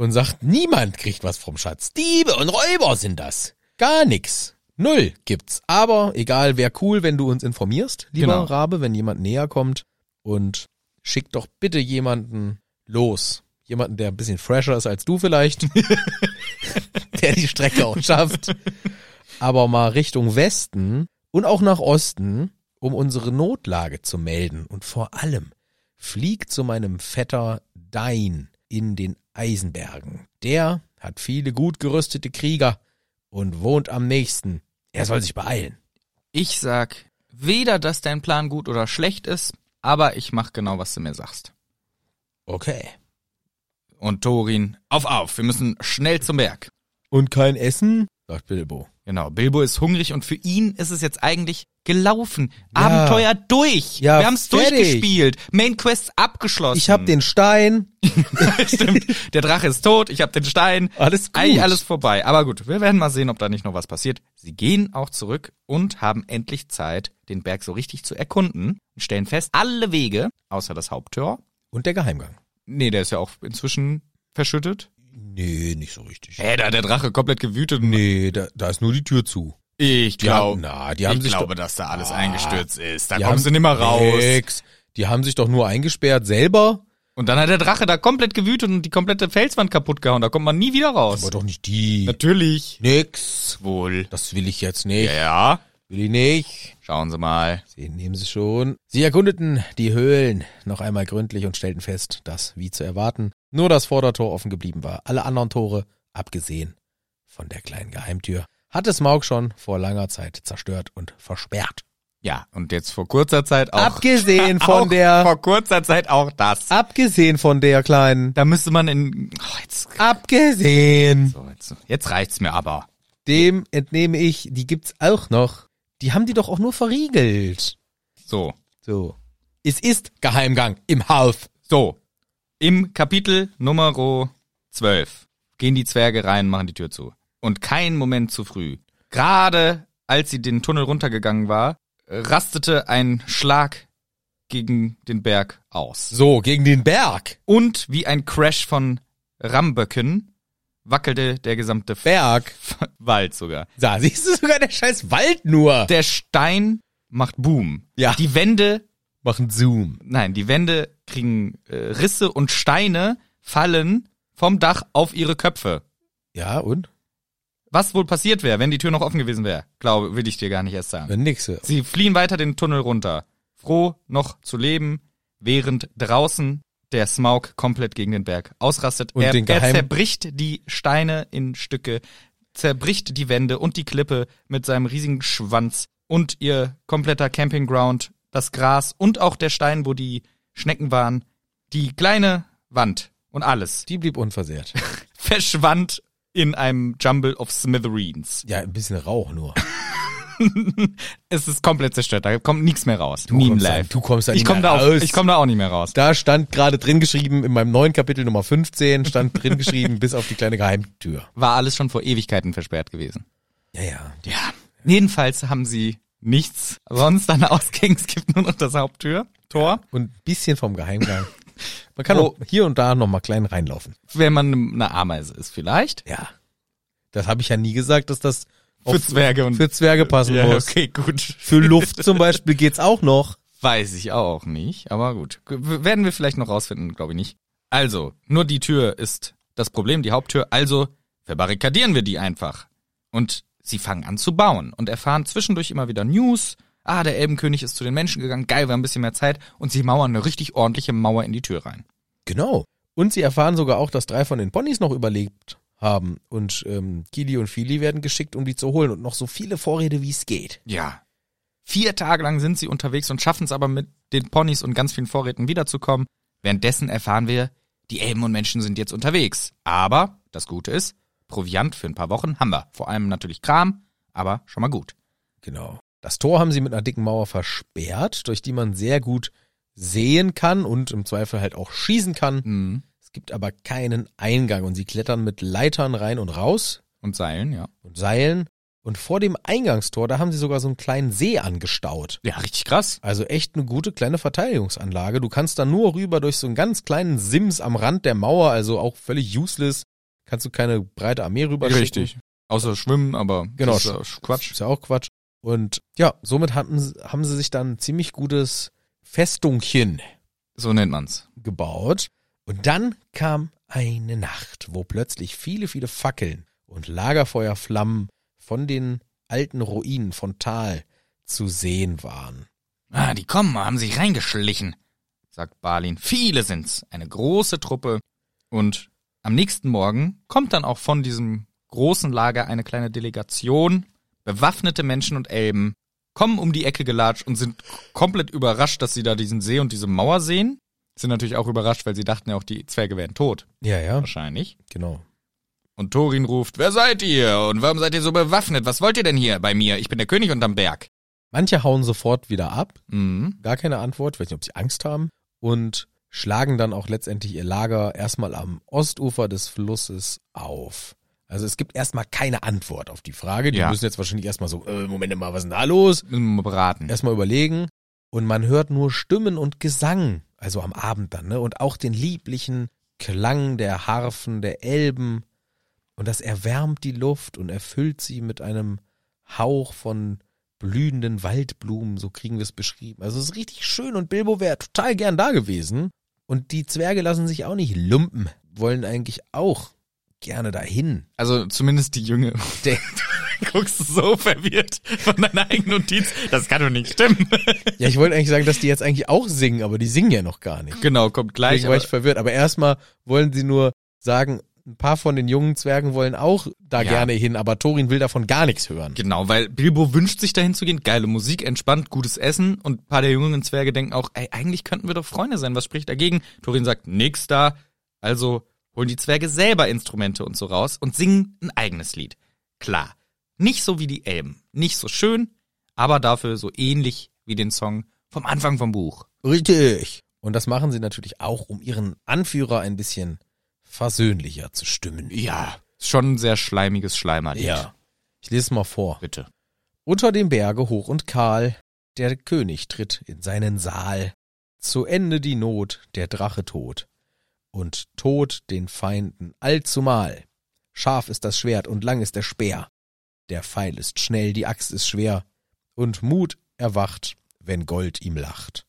S1: und sagt, niemand kriegt was vom Schatz. Diebe und Räuber sind das. Gar nix. Null gibt's. Aber egal, wär cool, wenn du uns informierst, lieber
S2: Genau.
S1: Rabe, wenn jemand näher kommt. Und schick doch bitte jemanden los. Jemanden, der ein bisschen fresher ist als du vielleicht. der die Strecke auch schafft. Aber mal Richtung Westen und auch nach Osten, um unsere Notlage zu melden. Und vor allem, flieg zu meinem Vetter Dein in den Eisenbergen. Der hat viele gut gerüstete Krieger und wohnt am nächsten. Er soll sich beeilen.
S2: Ich sag, weder, dass dein Plan gut oder schlecht ist, aber ich mach genau, was du mir sagst.
S1: Okay.
S2: Und Thorin, auf, auf, wir müssen schnell zum Berg.
S1: Und kein Essen? sagt Bilbo.
S2: Genau, Bilbo ist hungrig und für ihn ist es jetzt eigentlich gelaufen.
S1: Ja.
S2: Abenteuer durch.
S1: Ja,
S2: Wir haben es
S1: fertig.
S2: durchgespielt. Main Quest abgeschlossen.
S1: Ich hab den Stein.
S2: Stimmt. Der Drache ist tot, ich hab den Stein.
S1: Alles gut.
S2: Eigentlich alles vorbei. Aber gut, wir werden mal sehen, ob da nicht noch was passiert. Sie gehen auch zurück und haben endlich Zeit, den Berg so richtig zu erkunden und stellen fest, alle Wege, außer das Haupttor,
S1: Und der Geheimgang.
S2: nee, der ist ja auch inzwischen verschüttet.
S1: Nee, nicht so richtig.
S2: Hä, da hat der Drache komplett gewütet.
S1: Nee, da, da ist nur die Tür zu.
S2: Ich
S1: Die haben-
S2: glaube,
S1: na, die haben
S2: ich
S1: sich
S2: glaube,
S1: doch-
S2: dass da alles
S1: Ah.
S2: eingestürzt ist. Da
S1: Die
S2: kommen
S1: haben-
S2: sie nimmer raus.
S1: Nix. Die haben sich doch nur eingesperrt selber.
S2: Und dann hat der Drache da komplett gewütet und die komplette Felswand kaputt gehauen. Da kommt man nie wieder raus.
S1: Aber doch nicht die.
S2: Natürlich.
S1: Nix.
S2: Wohl.
S1: Das will ich jetzt nicht.
S2: Ja,
S1: Will ich nicht.
S2: schauen Sie mal.
S1: Sie nehmen sie schon. Sie erkundeten die Höhlen noch einmal gründlich und stellten fest, dass, wie zu erwarten, nur das Vordertor offen geblieben war. Alle anderen Tore, abgesehen von der kleinen Geheimtür, hatte Smaug schon vor langer Zeit zerstört und versperrt.
S2: Ja, und jetzt vor kurzer Zeit auch.
S1: abgesehen
S2: auch
S1: von der,
S2: Vor kurzer Zeit auch das.
S1: abgesehen von der kleinen,
S2: Da müsste man in. Oh, jetzt,
S1: abgesehen,
S2: so, jetzt, jetzt reicht's mir aber.
S1: dem entnehme ich, die gibt's auch noch. Die haben die doch auch nur verriegelt.
S2: So.
S1: So. Es ist Geheimgang im Haus.
S2: So. Im Kapitel Nummer 12 gehen die Zwerge rein, machen die Tür zu. Und keinen Moment zu früh. Gerade als sie den Tunnel runtergegangen war, rastete ein Schlag gegen den Berg aus.
S1: So, gegen den Berg.
S2: Und wie ein Crash von Ramböcken wackelte der gesamte F-
S1: Berg.
S2: F- Wald sogar.
S1: Da siehst du sogar der scheiß Wald nur.
S2: Der Stein macht Boom.
S1: Ja.
S2: Die Wände
S1: Machen Zoom.
S2: Nein, die Wände kriegen äh, Risse und Steine fallen vom Dach auf ihre Köpfe.
S1: Ja, und?
S2: Was wohl passiert wäre, wenn die Tür noch offen gewesen wäre? Glaube, will ich dir gar nicht erst sagen.
S1: Wenn nix.
S2: Sie fliehen weiter den Tunnel runter, froh noch zu leben, während draußen der Smaug komplett gegen den Berg ausrastet.
S1: Und
S2: er,
S1: den
S2: er
S1: geheim-
S2: zerbricht die Steine in Stücke, zerbricht die Wände und die Klippe mit seinem riesigen Schwanz und ihr kompletter Campingground, das Gras und auch der Stein, wo die Schnecken waren, die kleine Wand und alles
S1: Die blieb unversehrt.
S2: verschwand in einem Jumble of Smithereens.
S1: Ja, ein bisschen Rauch nur.
S2: Es ist komplett zerstört, da kommt nichts mehr raus. Du
S1: kommst da- du kommst da
S2: ich
S1: nicht
S2: komm
S1: mehr
S2: da auch,
S1: raus.
S2: Ich komme da auch nicht mehr raus.
S1: Da stand gerade drin geschrieben, in meinem neuen Kapitel Nummer 15 stand drin geschrieben, bis auf die kleine Geheimtür.
S2: War alles schon vor Ewigkeiten versperrt gewesen.
S1: Ja, ja.
S2: Ja. Jedenfalls haben sie nichts sonst an Ausgängen. Es gibt nur noch das Haupttür, Tor.
S1: Und ein bisschen vom Geheimgang. Man kann
S2: Wo-
S1: auch hier und da noch mal klein reinlaufen.
S2: Wenn man eine Ameise ist vielleicht.
S1: Ja. Das habe ich ja nie gesagt, dass das auch
S2: Für Zwerge und...
S1: für Zwerge passen
S2: ja,
S1: muss.
S2: okay, gut.
S1: Für Luft zum Beispiel geht's auch noch.
S2: Weiß ich auch nicht, aber gut. G- Werden wir vielleicht noch rausfinden, glaube ich nicht. Also, nur die Tür ist das Problem, die Haupttür. Also verbarrikadieren wir die einfach. Und sie fangen an zu bauen und erfahren zwischendurch immer wieder News. Ah, der Elbenkönig ist zu den Menschen gegangen. Geil, wir haben ein bisschen mehr Zeit. Und sie mauern eine richtig ordentliche Mauer in die Tür rein.
S1: Genau. Und sie erfahren sogar auch, dass drei von den Ponys noch überlebt haben. Und ähm, Kili und Fili werden geschickt, um die zu holen. Und noch so viele Vorräte, wie es geht.
S2: Ja. Vier Tage lang sind sie unterwegs und schaffen es aber mit den Ponys und ganz vielen Vorräten wiederzukommen. Währenddessen erfahren wir, die Elben und Menschen sind jetzt unterwegs. Aber das Gute ist, Proviant für ein paar Wochen haben wir. Vor allem natürlich Kram, aber schon mal gut.
S1: Genau. Das Tor haben sie mit einer dicken Mauer versperrt, durch die man sehr gut sehen kann und im Zweifel halt auch schießen kann.
S2: Mhm.
S1: Es gibt aber keinen Eingang und sie klettern mit Leitern rein und raus
S2: Und Seilen, ja.
S1: und Seilen. Und vor dem Eingangstor, da haben sie sogar so einen kleinen See angestaut.
S2: Ja, richtig krass.
S1: Also echt eine gute kleine Verteidigungsanlage. Du kannst da nur rüber durch so einen ganz kleinen Sims am Rand der Mauer, also auch völlig useless. Kannst du keine breite Armee rüberschicken.
S2: Richtig. Außer schwimmen, aber
S1: Genau.
S2: das ist ja Quatsch.
S1: Ist ja auch Quatsch. Und ja, somit haben, sie- haben sie sich dann ein ziemlich gutes Festungchen
S2: So nennt man's.
S1: gebaut. Und dann kam eine Nacht, wo plötzlich viele, viele Fackeln und Lagerfeuerflammen von den alten Ruinen von Tal zu sehen waren.
S2: Ah, die kommen, haben sich reingeschlichen, sagt Balin. Viele sind's. Eine große Truppe. Und am nächsten Morgen kommt dann auch von diesem großen Lager eine kleine Delegation. Bewaffnete Menschen und Elben kommen um die Ecke gelatscht und sind komplett überrascht, dass sie da diesen See und diese Mauer sehen. Sind natürlich auch überrascht, weil sie dachten ja auch, die Zwerge wären tot.
S1: Ja, ja,
S2: Wahrscheinlich.
S1: genau.
S2: Und Thorin ruft, wer seid ihr? Und warum seid ihr so bewaffnet? Was wollt ihr denn hier bei mir? Ich bin der König unterm Berg.
S1: Manche hauen sofort wieder ab,
S2: Mhm.
S1: gar keine Antwort, ich weiß nicht, ob sie Angst haben, und schlagen dann auch letztendlich ihr Lager erstmal am Ostufer des Flusses auf. Also es gibt erstmal keine Antwort auf die Frage. Die
S2: Ja.
S1: müssen jetzt wahrscheinlich erstmal so, äh, Moment mal, was ist denn da los?
S2: Müssen wir mal beraten.
S1: erstmal überlegen und man hört nur Stimmen und Gesang, also am Abend dann, ne? Und auch den lieblichen Klang der Harfen, der Elben. Und das erwärmt die Luft und erfüllt sie mit einem Hauch von blühenden Waldblumen, so kriegen wir es beschrieben. Also es ist richtig schön und Bilbo wäre total gern da gewesen. Und die Zwerge lassen sich auch nicht lumpen, wollen eigentlich auch gerne dahin.
S2: Also zumindest die Jünger.
S1: Der-
S2: guckst so verwirrt von deiner eigenen Notiz. Das kann doch nicht stimmen.
S1: Ja, ich wollte eigentlich sagen, dass die jetzt eigentlich auch singen, aber die singen ja noch gar nicht.
S2: genau, kommt gleich.
S1: Deswegen war ich
S2: Aber,
S1: verwirrt. Aber erstmal wollen sie nur sagen, ein paar von den jungen Zwergen wollen auch da
S2: Ja.
S1: gerne hin, aber Thorin will davon gar nichts hören.
S2: genau, weil Bilbo wünscht sich dahin zu gehen. Geile Musik, entspannt, gutes Essen. Und ein paar der jüngeren Zwerge denken auch, ey, eigentlich könnten wir doch Freunde sein. Was spricht dagegen? Thorin sagt, nix da. Also holen die Zwerge selber Instrumente und so raus und singen ein eigenes Lied. Klar. Nicht so wie die Elben. Nicht so schön, aber dafür so ähnlich wie den Song vom Anfang vom Buch.
S1: Richtig. Und das machen sie natürlich auch, um ihren Anführer ein bisschen versöhnlicher zu stimmen.
S2: Ja. Schon ein sehr schleimiges Schleimerlied.
S1: Ja. Ich lese es mal vor.
S2: Bitte.
S1: Unter dem Berge hoch und kahl, der König tritt in seinen Saal. Zu Ende die Not, der Drache tot. Und tot den Feinden allzumal. Scharf ist das Schwert und lang ist der Speer. Der Pfeil ist schnell, die Axt ist schwer. Und Mut erwacht, wenn Gold ihm lacht.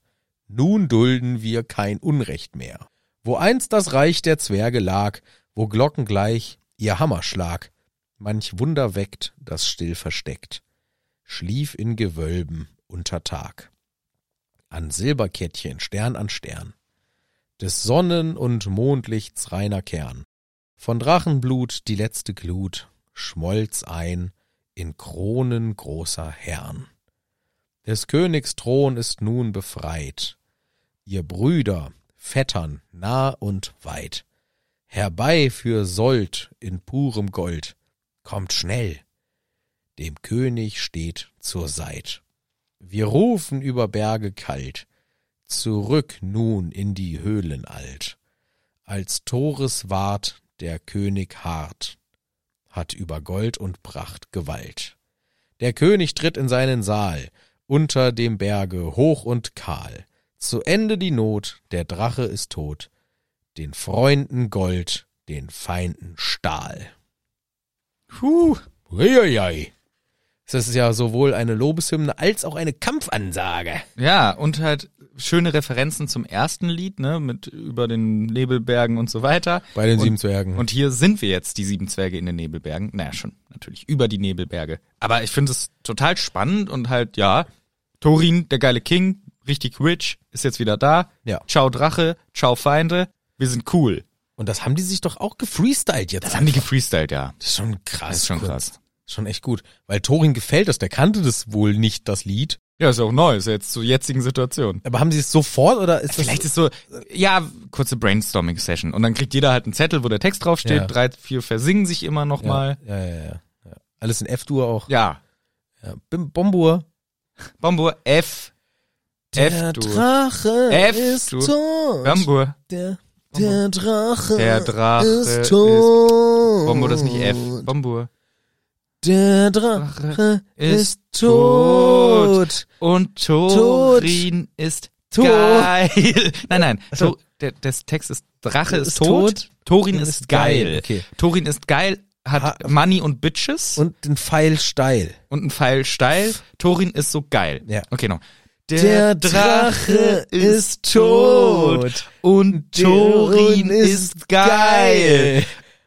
S1: Nun dulden wir kein Unrecht mehr. Wo einst das Reich der Zwerge lag, wo glockengleich ihr Hammerschlag manch Wunder weckt, das still versteckt schlief in Gewölben unter Tag. An Silberkettchen, Stern an Stern, des Sonnen- und Mondlichts reiner Kern, von Drachenblut die letzte Glut, schmolz ein in Kronen großer Herrn. Des Königs Thron ist nun befreit, ihr Brüder, Vettern, nah und weit, herbei für Sold in purem Gold, kommt schnell, dem König steht zur Seit. Wir rufen über Berge kalt, zurück nun in die Höhlen alt. Als Tores Wart der König hart, hat über Gold und Pracht Gewalt. Der König tritt in seinen Saal, unter dem Berge hoch und kahl. Zu Ende die Not, der Drache ist tot, den Freunden Gold, den Feinden Stahl.
S2: Puh.
S1: Uiuiui. Das ist ja sowohl eine Lobeshymne als auch eine Kampfansage.
S2: Ja, und halt schöne Referenzen zum ersten Lied, ne, mit über den Nebelbergen und so weiter.
S1: Bei den
S2: und,
S1: sieben Zwergen.
S2: Und hier sind wir jetzt, die sieben Zwerge in den Nebelbergen. Naja, schon natürlich über die Nebelberge. Aber ich finde es total spannend und halt, ja, Thorin, der geile King, richtig rich, ist jetzt wieder da.
S1: Ja.
S2: Ciao Drache, ciao Feinde, wir sind cool.
S1: Und das haben die sich doch auch gefreestylt jetzt.
S2: Das haben die gefreestylt, ja.
S1: das ist schon krass.
S2: Das ist schon
S1: Kunst.
S2: krass.
S1: Schon echt gut. Weil Thorin gefällt das, der kannte das wohl nicht, das Lied.
S2: Ja, ist ja auch neu, ist ja jetzt zur jetzigen Situation.
S1: Aber haben sie es sofort oder ist das
S2: Vielleicht ist so, ja, kurze Brainstorming-Session. Und dann kriegt jeder halt einen Zettel, wo der Text draufsteht.
S1: Ja.
S2: Drei, vier versingen sich immer
S1: ja,
S2: nochmal.
S1: Ja, ja, ja, ja. Alles in F-Dur auch.
S2: Ja.
S1: Ja. Bim- Bombur.
S2: Bombo, F.
S1: der
S2: F-Dur.
S1: Drache
S2: F,
S1: ist
S2: du.
S1: tot.
S2: Bombo.
S1: Der, der Drache,
S2: Der Drache ist-
S1: ist tot.
S2: Bombo, das ist nicht F. Bombo.
S1: Der Drache ist tot.
S2: Und Torin ist
S1: Tot.
S2: geil. Nein, nein. To der, der Text ist Drache ist,
S1: Ist
S2: tot.
S1: tot.
S2: Torin ist geil.
S1: Okay.
S2: Torin ist geil, hat Money und Bitches und,
S1: Und den Pfeil steil.
S2: ein Pfeil steil. Torin ist so geil.
S1: Ja.
S2: Okay, noch.
S1: Der Drache ist tot.
S2: Und Torin ist geil.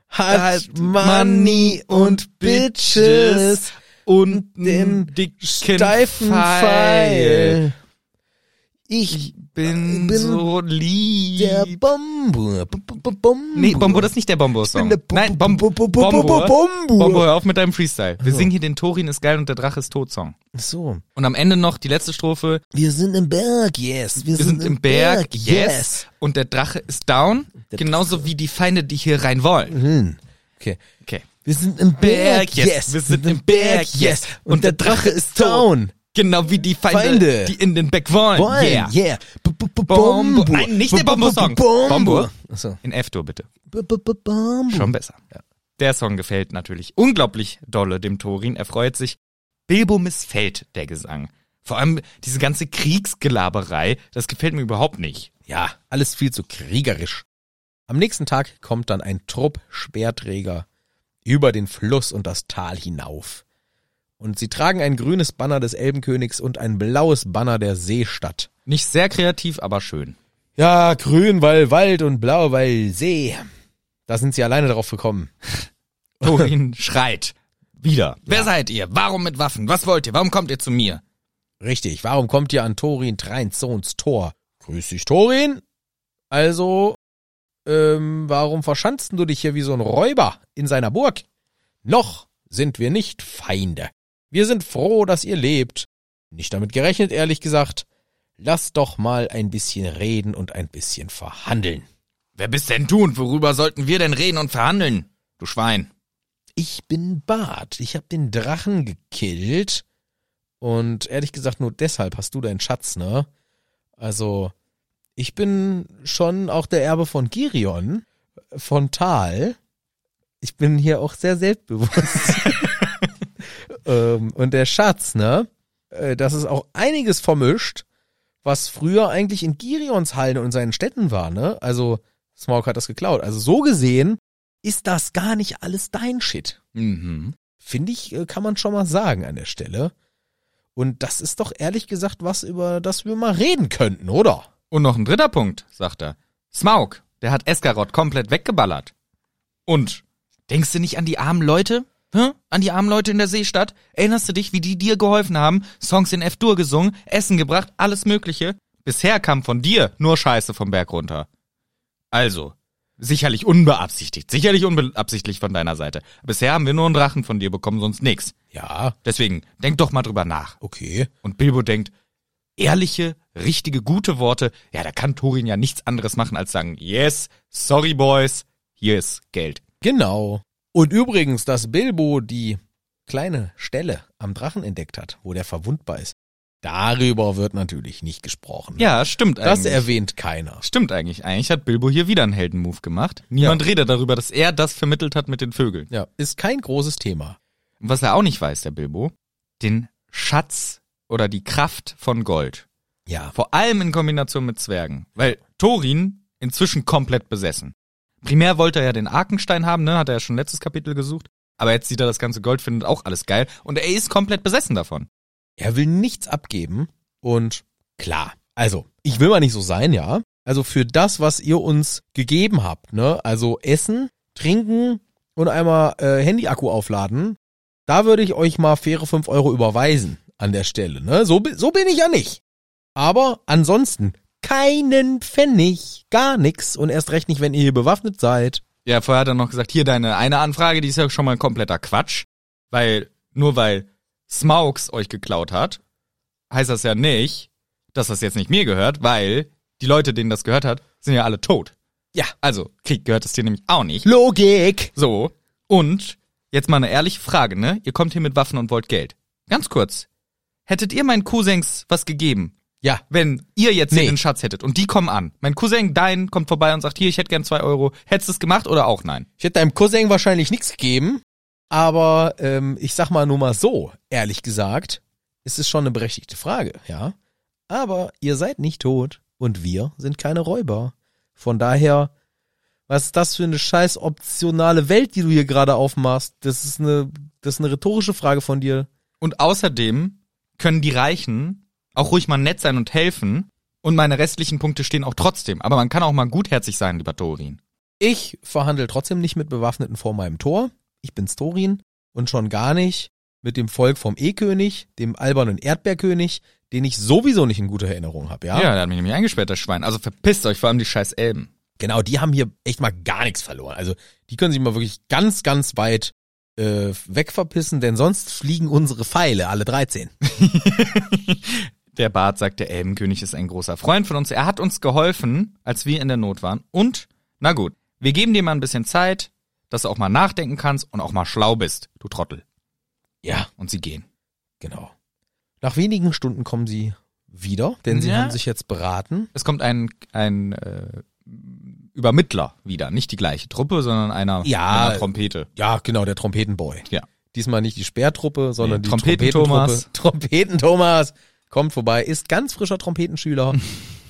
S1: Hat Money und Bitches.
S2: Und
S1: den
S2: den dicken
S1: Steifen
S2: Pfeil.
S1: Pfeil. Ich
S2: Ich bin,
S1: bin
S2: so lieb.
S1: der Bombo. Bombo.
S2: nee, Bombo, das ist nicht der Bombo-Song.
S1: Ich bin der
S2: Nein,
S1: Bo-
S2: Bombo.
S1: Bo- Bo- Bo- Bo- Bombo.
S2: Bombo, hör auf mit deinem Freestyle. Wir singen hier den Torin ist geil und der Drache ist tot-Song.
S1: So.
S2: Und am Ende noch die letzte Strophe.
S1: Wir sind im Berg, yes.
S2: Wir sind im Berg, yes. Und der Drache ist down.
S1: Der
S2: Genauso wie die Feinde, die hier rein wollen.
S1: Hm. Okay.
S2: Okay.
S1: Wir sind im Berg, yes.
S2: Wir sind im Berg, yes.
S1: Und, der Drache ist down.
S2: Genau wie die Feinde,
S1: Feinde.
S2: die in den Back wollen.
S1: Wollen,
S2: Yeah.
S1: yeah. B- b- b-
S2: Bombo.
S1: Bombo.
S2: Nein, nicht der
S1: B- b-
S2: Bombo-Song.
S1: Bombo.
S2: Bombo.
S1: Achso.
S2: In F-Dur bitte.
S1: B- b- b- Bombo.
S2: Schon besser. Der Song gefällt natürlich unglaublich dolle dem Torin. Er freut sich. Bilbo missfällt der Gesang. Vor allem diese ganze Kriegsgelaberei, das gefällt mir überhaupt nicht.
S1: Ja, alles viel zu kriegerisch. Am nächsten Tag kommt dann ein Trupp Speerträger über den Fluss und das Tal hinauf. Und sie tragen ein grünes Banner des Elbenkönigs und ein blaues Banner der Seestadt.
S2: Nicht sehr kreativ, aber schön.
S1: Ja, grün, weil Wald und blau, weil See. Da sind sie alleine drauf gekommen.
S2: Torin schreit. Wieder. Wer seid ihr? Warum mit Waffen? Was wollt ihr? Warum kommt ihr zu mir?
S1: Richtig, warum kommt ihr an Thorin Treinzones Tor? Grüß dich, Thorin. Also, ähm, warum verschanzten du dich hier wie so ein Räuber in seiner Burg? Noch sind wir nicht Feinde. Wir sind froh, dass ihr lebt. Nicht damit gerechnet, ehrlich gesagt. Lasst doch mal ein bisschen reden und ein bisschen verhandeln.
S2: Wer bist denn du und worüber sollten wir denn reden und verhandeln? Du Schwein.
S1: Ich bin Bart. Ich hab den Drachen gekillt. Und ehrlich gesagt, nur deshalb hast du deinen Schatz, ne? Also, ich bin schon auch der Erbe von Girion, von Tal. Ich bin hier auch sehr selbstbewusst. ähm, und der Schatz, ne? Äh, Das ist auch einiges vermischt, was früher eigentlich in Girions Hallen und seinen Städten war, ne? Also, Smaug hat das geklaut. Also, so gesehen ist das gar nicht alles dein Shit.
S2: Mhm.
S1: Finde ich, äh, kann man schon mal sagen an der Stelle. Und das ist doch ehrlich gesagt was, über das wir mal reden könnten, oder?
S2: Und noch ein dritter Punkt, sagt er. Smaug, der hat Eskarot komplett weggeballert. Und denkst du nicht an die armen Leute? Hä? An die armen Leute in der Seestadt? Erinnerst du dich, wie die dir geholfen haben? Songs in F-Dur gesungen, Essen gebracht, alles Mögliche? Bisher kam von dir nur Scheiße vom Berg runter. Also, sicherlich unbeabsichtigt, sicherlich unbeabsichtlich von deiner Seite. Bisher haben wir nur einen Drachen von dir bekommen, sonst nix.
S1: Ja,
S2: Deswegen, denk doch mal drüber nach.
S1: okay.
S2: Und Bilbo denkt, ehrliche, richtige, gute Worte, ja, da kann Thorin ja nichts anderes machen als sagen, yes, sorry boys, hier ist Geld.
S1: Genau. Und übrigens, dass Bilbo die kleine Stelle am Drachen entdeckt hat, wo der verwundbar ist, darüber wird natürlich nicht gesprochen.
S2: Ja, stimmt
S1: Das
S2: eigentlich.
S1: erwähnt keiner.
S2: Stimmt eigentlich. Eigentlich hat Bilbo hier wieder einen Heldenmove gemacht. Niemand redet darüber, dass er das vermittelt hat mit den Vögeln.
S1: Ja, ist kein großes Thema.
S2: Und was er auch nicht weiß, der Bilbo, den Schatz oder die Kraft von Gold.
S1: Ja.
S2: Vor allem in Kombination mit Zwergen. Weil Thorin inzwischen komplett besessen. Primär wollte er ja den Arkenstein haben, ne? Hat er ja schon letztes Kapitel gesucht. Aber jetzt sieht er das ganze Gold, findet auch alles geil. Und er ist komplett besessen davon.
S1: Er will nichts abgeben und klar, Also, ich will mal nicht so sein, ja. Also für das, was ihr uns gegeben habt, ne? Also Essen, Trinken und einmal äh, Handy-Akku aufladen, da würde ich euch mal faire 5 Euro überweisen an der Stelle, ne? So, bi- so bin ich ja nicht. Aber ansonsten keinen Pfennig, gar nix und erst recht nicht, wenn ihr hier bewaffnet seid.
S2: Ja, vorher hat er noch gesagt, hier deine eine Anfrage, die ist ja schon mal kompletter Quatsch. Weil, nur weil Smaugs euch geklaut hat, heißt das ja nicht, dass das jetzt nicht mir gehört, weil die Leute, denen das gehört hat, sind ja alle tot.
S1: Ja.
S2: Also, Krieg gehört es dir nämlich auch nicht.
S1: Logik.
S2: So, und jetzt mal eine ehrliche Frage, ne? Ihr kommt hier mit Waffen und wollt Geld. Ganz kurz. Hättet ihr meinen Cousins was gegeben,
S1: Ja.
S2: wenn ihr jetzt hier
S1: Nee.
S2: den Schatz hättet und die kommen an? Mein Cousin, dein, kommt vorbei und sagt, hier, ich hätte gern zwei Euro. Hättest du es gemacht oder auch nein?
S1: Ich hätte deinem Cousin wahrscheinlich nichts gegeben, aber ähm, ich sag mal nur mal so, ehrlich gesagt, ist es schon eine berechtigte Frage, ja. Aber ihr seid nicht tot und wir sind keine Räuber. Von daher, was ist das für eine scheiß optionale Welt, die du hier gerade aufmachst? Das ist eine, das ist eine rhetorische Frage von dir.
S2: Und außerdem können die Reichen auch ruhig mal nett sein und helfen. Und meine restlichen Punkte stehen auch trotzdem. Aber man kann auch mal gutherzig sein, lieber Torin.
S1: Ich verhandle trotzdem nicht mit Bewaffneten vor meinem Tor. Ich bin's Thorin und schon gar nicht mit dem Volk vom E-König, dem albernen Erdbeerkönig, den ich sowieso nicht in guter Erinnerung habe, ja?
S2: der hat mich nämlich eingesperrt, das Schwein. Also verpisst euch, vor allem die scheiß Elben.
S1: Genau, die haben hier echt mal gar nichts verloren. Also die können sich mal wirklich ganz, ganz weit äh, wegverpissen, denn sonst fliegen unsere Pfeile alle 13.
S2: Der Bart sagt, der Elbenkönig ist ein großer Freund von uns. Er hat uns geholfen, als wir in der Not waren. Und, na gut, wir geben dir mal ein bisschen Zeit, dass du auch mal nachdenken kannst und auch mal schlau bist, du Trottel.
S1: Ja,
S2: Und sie gehen.
S1: genau. Nach wenigen Stunden kommen sie wieder, denn sie
S2: Ja.
S1: haben sich jetzt beraten.
S2: Es kommt ein, ein äh, Übermittler wieder. Nicht die gleiche Truppe, sondern einer mit
S1: Ja.
S2: einer Trompete.
S1: Ja, genau, der Trompetenboy.
S2: Ja.
S1: Diesmal nicht die Speertruppe, sondern
S2: Nee,
S1: die
S2: Trompeten-Thomas.
S1: Trompetentruppe. Trompeten-Thomas kommt vorbei, ist ganz frischer Trompetenschüler,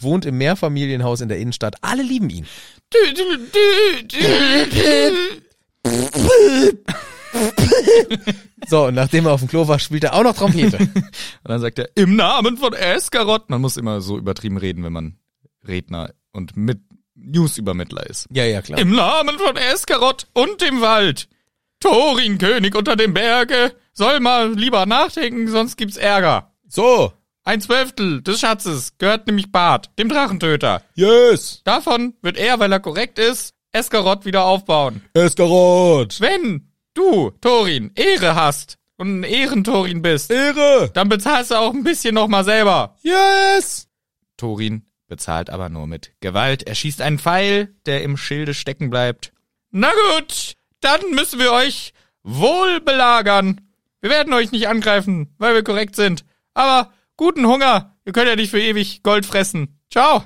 S1: wohnt im Mehrfamilienhaus in der Innenstadt. Alle lieben ihn. So, und nachdem er auf dem Klo war, spielt er auch noch Trompete.
S2: Und dann sagt er, im Namen von Eskarot. Man muss immer so übertrieben reden, wenn man Redner und mit News-Übermittler ist.
S1: ja, ja, klar.
S2: Im Namen von Eskarot und dem Wald. Thorin, König unter dem Berge, soll mal lieber nachdenken, sonst gibt's Ärger.
S1: So,
S2: Ein Zwölftel des Schatzes gehört nämlich Bart, dem Drachentöter.
S1: yes,
S2: Davon wird er, weil er korrekt ist, Eskarot wieder aufbauen.
S1: Eskarot.
S2: Wenn du, Thorin, Ehre hast und ein Ehrentorin bist,
S1: Ehre,
S2: dann bezahlst du auch ein bisschen nochmal selber.
S1: yes.
S2: Thorin bezahlt aber nur mit Gewalt. Er schießt einen Pfeil, der im Schilde stecken bleibt. Na gut, dann müssen wir euch wohl belagern. Wir werden euch nicht angreifen, weil wir korrekt sind. Aber guten Hunger. Ihr könnt ja nicht für ewig Gold fressen. Ciao.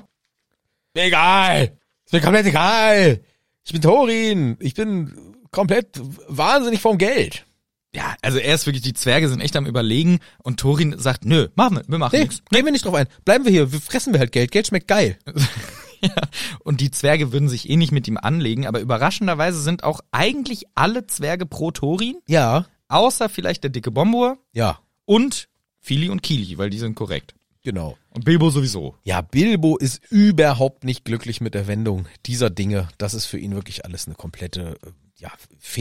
S1: Egal. Ist mir komplett egal. Ich bin Thorin. Ich bin komplett wahnsinnig vom Geld.
S2: Ja, also er ist wirklich, die Zwerge sind echt am überlegen und Thorin sagt, nö, machen wir, wir machen
S1: Nee, gehen wir nicht drauf ein. Bleiben wir hier. Wir fressen wir halt Geld. Geld schmeckt geil.
S2: Ja, und die Zwerge würden sich eh nicht mit ihm anlegen, aber überraschenderweise sind auch eigentlich alle Zwerge pro Thorin,
S1: Ja,
S2: außer vielleicht der dicke Bombur
S1: ja,
S2: und Fili und Kili, weil die sind korrekt.
S1: genau.
S2: Und Bilbo sowieso.
S1: Ja, Bilbo ist überhaupt nicht glücklich mit der Wendung dieser Dinge. Das ist für ihn wirklich alles eine komplette äh, ja,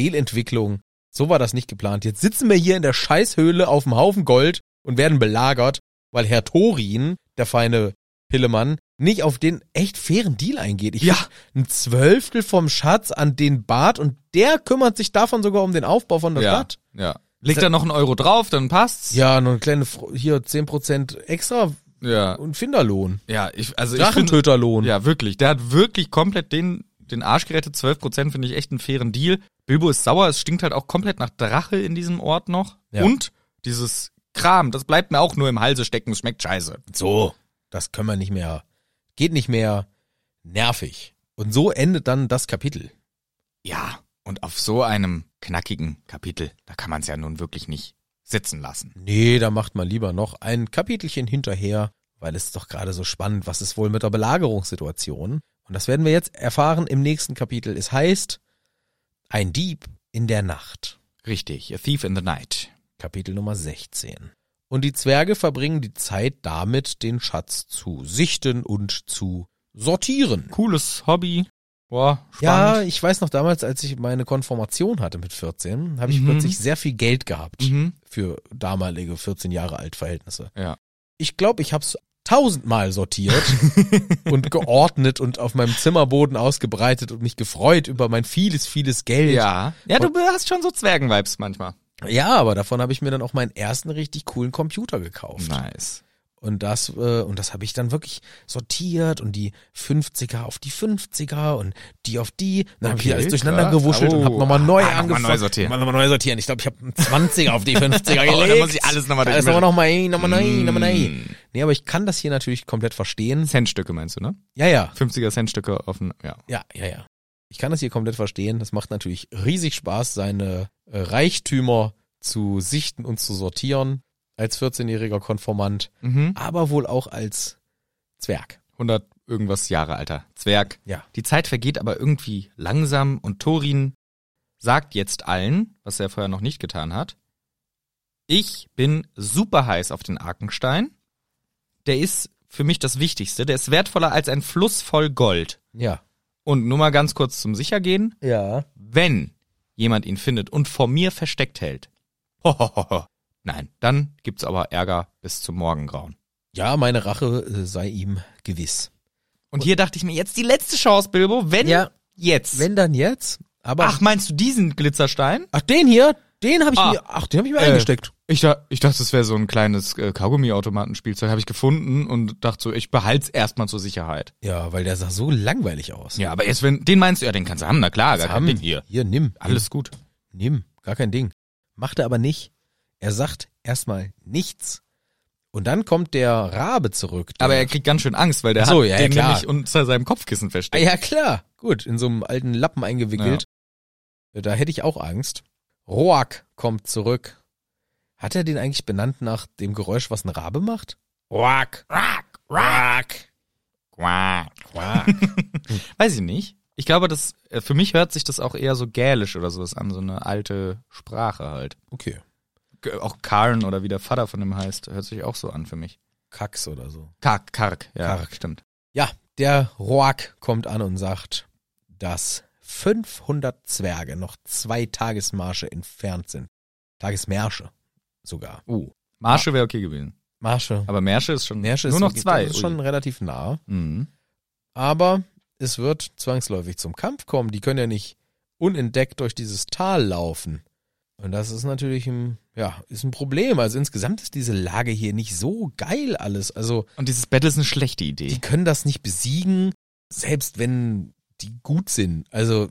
S1: Fehlentwicklung. So war das nicht geplant. Jetzt sitzen wir hier in der Scheißhöhle auf dem Haufen Gold und werden belagert, weil Herr Thorin, der feine Pillemann, nicht auf den echt fairen Deal eingeht. Ich
S2: Ja.
S1: krieg ein Zwölftel vom Schatz an den Bart und der kümmert sich davon sogar um den Aufbau von der Stadt.
S2: ja. Legt da noch einen Euro drauf, dann passt's.
S1: Ja, nur eine kleine, Fr- hier 10% extra
S2: Ja,
S1: und Finderlohn.
S2: ja ich, also ich finde,
S1: Drachentöterlohn.
S2: ja, wirklich, der hat wirklich komplett den, den Arsch gerettet. 12% finde ich echt einen fairen Deal. Bilbo ist sauer, es stinkt halt auch komplett nach Drache in diesem Ort noch.
S1: Ja.
S2: Und dieses Kram, das bleibt mir auch nur im Halse stecken, es schmeckt scheiße.
S1: So, das können wir nicht mehr. Geht nicht mehr. Nervig. Und so endet dann das Kapitel.
S2: Ja, und auf so einem knackigen Kapitel, da kann man es ja nun wirklich nicht sitzen lassen.
S1: Nee, da macht man lieber noch ein Kapitelchen hinterher, weil es ist doch gerade so spannend, was ist wohl mit der Belagerungssituation? Und das werden wir jetzt erfahren im nächsten Kapitel. Es heißt Ein Dieb in der Nacht.
S2: Richtig, A Thief in the Night.
S1: Kapitel Nummer 16. Und die Zwerge verbringen die Zeit damit, den Schatz zu sichten und zu sortieren.
S2: Cooles Hobby. Boah,
S1: Ja,
S2: spannend.
S1: ich weiß noch damals, als ich meine Konformation hatte mit 14, habe ich
S2: Mhm.
S1: plötzlich sehr viel Geld gehabt
S2: Mhm.
S1: für damalige 14 Jahre alt Verhältnisse.
S2: Ja.
S1: Ich glaube, ich habe es tausendmal sortiert und geordnet und auf meinem Zimmerboden ausgebreitet und mich gefreut über mein vieles, vieles Geld.
S2: Ja. Ja, du hast schon so Zwergenvibes manchmal.
S1: Ja, aber davon habe ich mir dann auch meinen ersten richtig coolen Computer gekauft.
S2: Nice.
S1: Und das, äh, und das habe ich dann wirklich sortiert und die 50er auf die 50er und die auf die. Dann habe ich
S2: Okay,
S1: alles durcheinander
S2: krass.
S1: gewuschelt und habe
S2: Oh,
S1: nochmal neu
S2: ah, nochmal
S1: angefangen.
S2: neu sortieren.
S1: Nochmal neu sortieren. Ich glaube, ich habe einen 20er auf die 50er gelegt.
S2: Oh, dann muss ich alles nochmal
S1: Alles nochmal
S2: durchmischen.
S1: neu, nochmal neu, nochmal neu.
S2: Mm.
S1: Nee, aber ich kann das hier natürlich komplett verstehen.
S2: Centstücke meinst du, ne?
S1: Ja, ja.
S2: 50er Centstücke offen, ja.
S1: Ja, ja, ja. Ich kann das hier komplett verstehen. Das macht natürlich riesig Spaß, seine äh, Reichtümer zu sichten und zu sortieren als 14-jähriger Konformant,
S2: Mhm.
S1: aber wohl auch als Zwerg.
S2: 100 irgendwas Jahre alter Zwerg.
S1: Ja.
S2: Die Zeit vergeht aber irgendwie langsam und Thorin sagt jetzt allen, was er vorher noch nicht getan hat, ich bin super heiß auf den Arkenstein. Der ist für mich das Wichtigste. Der ist wertvoller als ein Fluss voll Gold.
S1: Ja.
S2: Und nur mal ganz kurz zum Sichergehen.
S1: Ja.
S2: wenn jemand ihn findet und vor mir versteckt hält. Hohoho. Nein, dann gibt's aber Ärger bis zum Morgengrauen.
S1: Ja, meine Rache äh, sei ihm gewiss.
S2: Und hier dachte ich mir, jetzt die letzte Chance, Bilbo, wenn
S1: Ja.
S2: jetzt.
S1: Wenn dann jetzt, aber
S2: Ach, meinst du diesen Glitzerstein?
S1: ach den hier, den habe ich
S2: Ah.
S1: mir ach, den habe ich mir
S2: Äh.
S1: eingesteckt.
S2: Ich, da, ich dachte, es wäre so ein kleines äh, Kaugummi-Automatenspielzeug, habe ich gefunden und dachte so, ich behalte es erstmal zur Sicherheit.
S1: Ja, weil der sah so langweilig aus.
S2: Ja, aber jetzt, wenn, den meinst du, ja, den kannst du haben, na klar, gar kein
S1: Sam,
S2: Ding hier.
S1: hier nimm.
S2: Alles gut.
S1: Nimm, gar kein Ding. Macht er aber nicht. Er sagt erstmal nichts. Und dann kommt der Rabe zurück. der-
S2: Aber er kriegt ganz schön Angst, weil der
S1: Ach so,
S2: hat
S1: ja, ja,
S2: den
S1: klar.
S2: nämlich unter seinem Kopfkissen
S1: Ah,
S2: versteckt.
S1: ja klar, gut, in so einem alten Lappen eingewickelt. Da hätte ich auch Angst. Roak kommt zurück. Hat er den eigentlich benannt nach dem Geräusch, was ein Rabe macht? Roak.
S2: Quack,
S1: Roak.
S2: quack.
S1: Roak.
S2: Weiß ich nicht. Ich glaube, das äh, für mich hört sich das auch eher so gälisch oder sowas an, so eine alte Sprache halt.
S1: Okay.
S2: G- Auch Karn oder wie der Vater von dem heißt, hört sich auch so an für mich.
S1: Kax oder so.
S2: Kark, Kark, ja,
S1: Kark.
S2: stimmt.
S1: Ja, der Roak kommt an und sagt, dass 500 Zwerge noch zwei Tagesmarsche entfernt sind. Tagesmärsche sogar.
S2: Uh. Marsche wäre okay gewesen.
S1: Marsche.
S2: Aber Märsche ist schon
S1: Märsche
S2: nur
S1: ist
S2: noch zwei.
S1: Das ist schon
S2: Ui.
S1: relativ nah.
S2: mhm.
S1: Aber es wird zwangsläufig zum Kampf kommen. Die können ja nicht unentdeckt durch dieses Tal laufen. Und das ist natürlich ein, ja, ist ein Problem. Also insgesamt ist diese Lage hier nicht so geil alles. Also
S2: Und dieses Battle ist eine schlechte Idee.
S1: die können das nicht besiegen, selbst wenn die gut sind. Also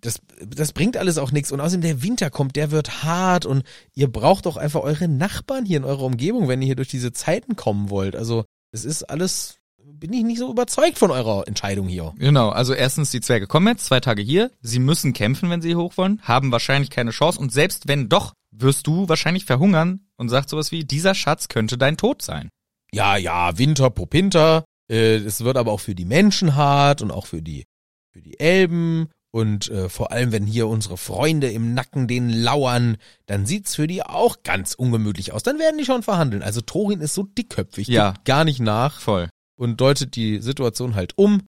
S1: das, das bringt alles auch nichts. Und außerdem der Winter kommt, der wird hart und ihr braucht auch einfach eure Nachbarn hier in eurer Umgebung, wenn ihr hier durch diese Zeiten kommen wollt. Also es ist alles, bin ich nicht so überzeugt von eurer Entscheidung hier.
S2: Genau, also erstens, die Zwerge kommen jetzt, zwei Tage hier, sie müssen kämpfen, wenn sie hoch wollen, haben wahrscheinlich keine Chance und selbst wenn doch, wirst du wahrscheinlich verhungern und sagst sowas wie, dieser Schatz könnte dein Tod sein.
S1: Ja, ja, Winter, Popinter. Äh, Es wird aber auch für die Menschen hart und auch für die, für die Elben. Und äh, vor allem, wenn hier unsere Freunde im Nacken denen lauern, dann sieht's für die auch ganz ungemütlich aus. Dann werden die schon verhandeln. Also Thorin ist so dickköpfig,
S2: Ja.
S1: gibt gar nicht nach
S2: Voll.
S1: und deutet die Situation halt um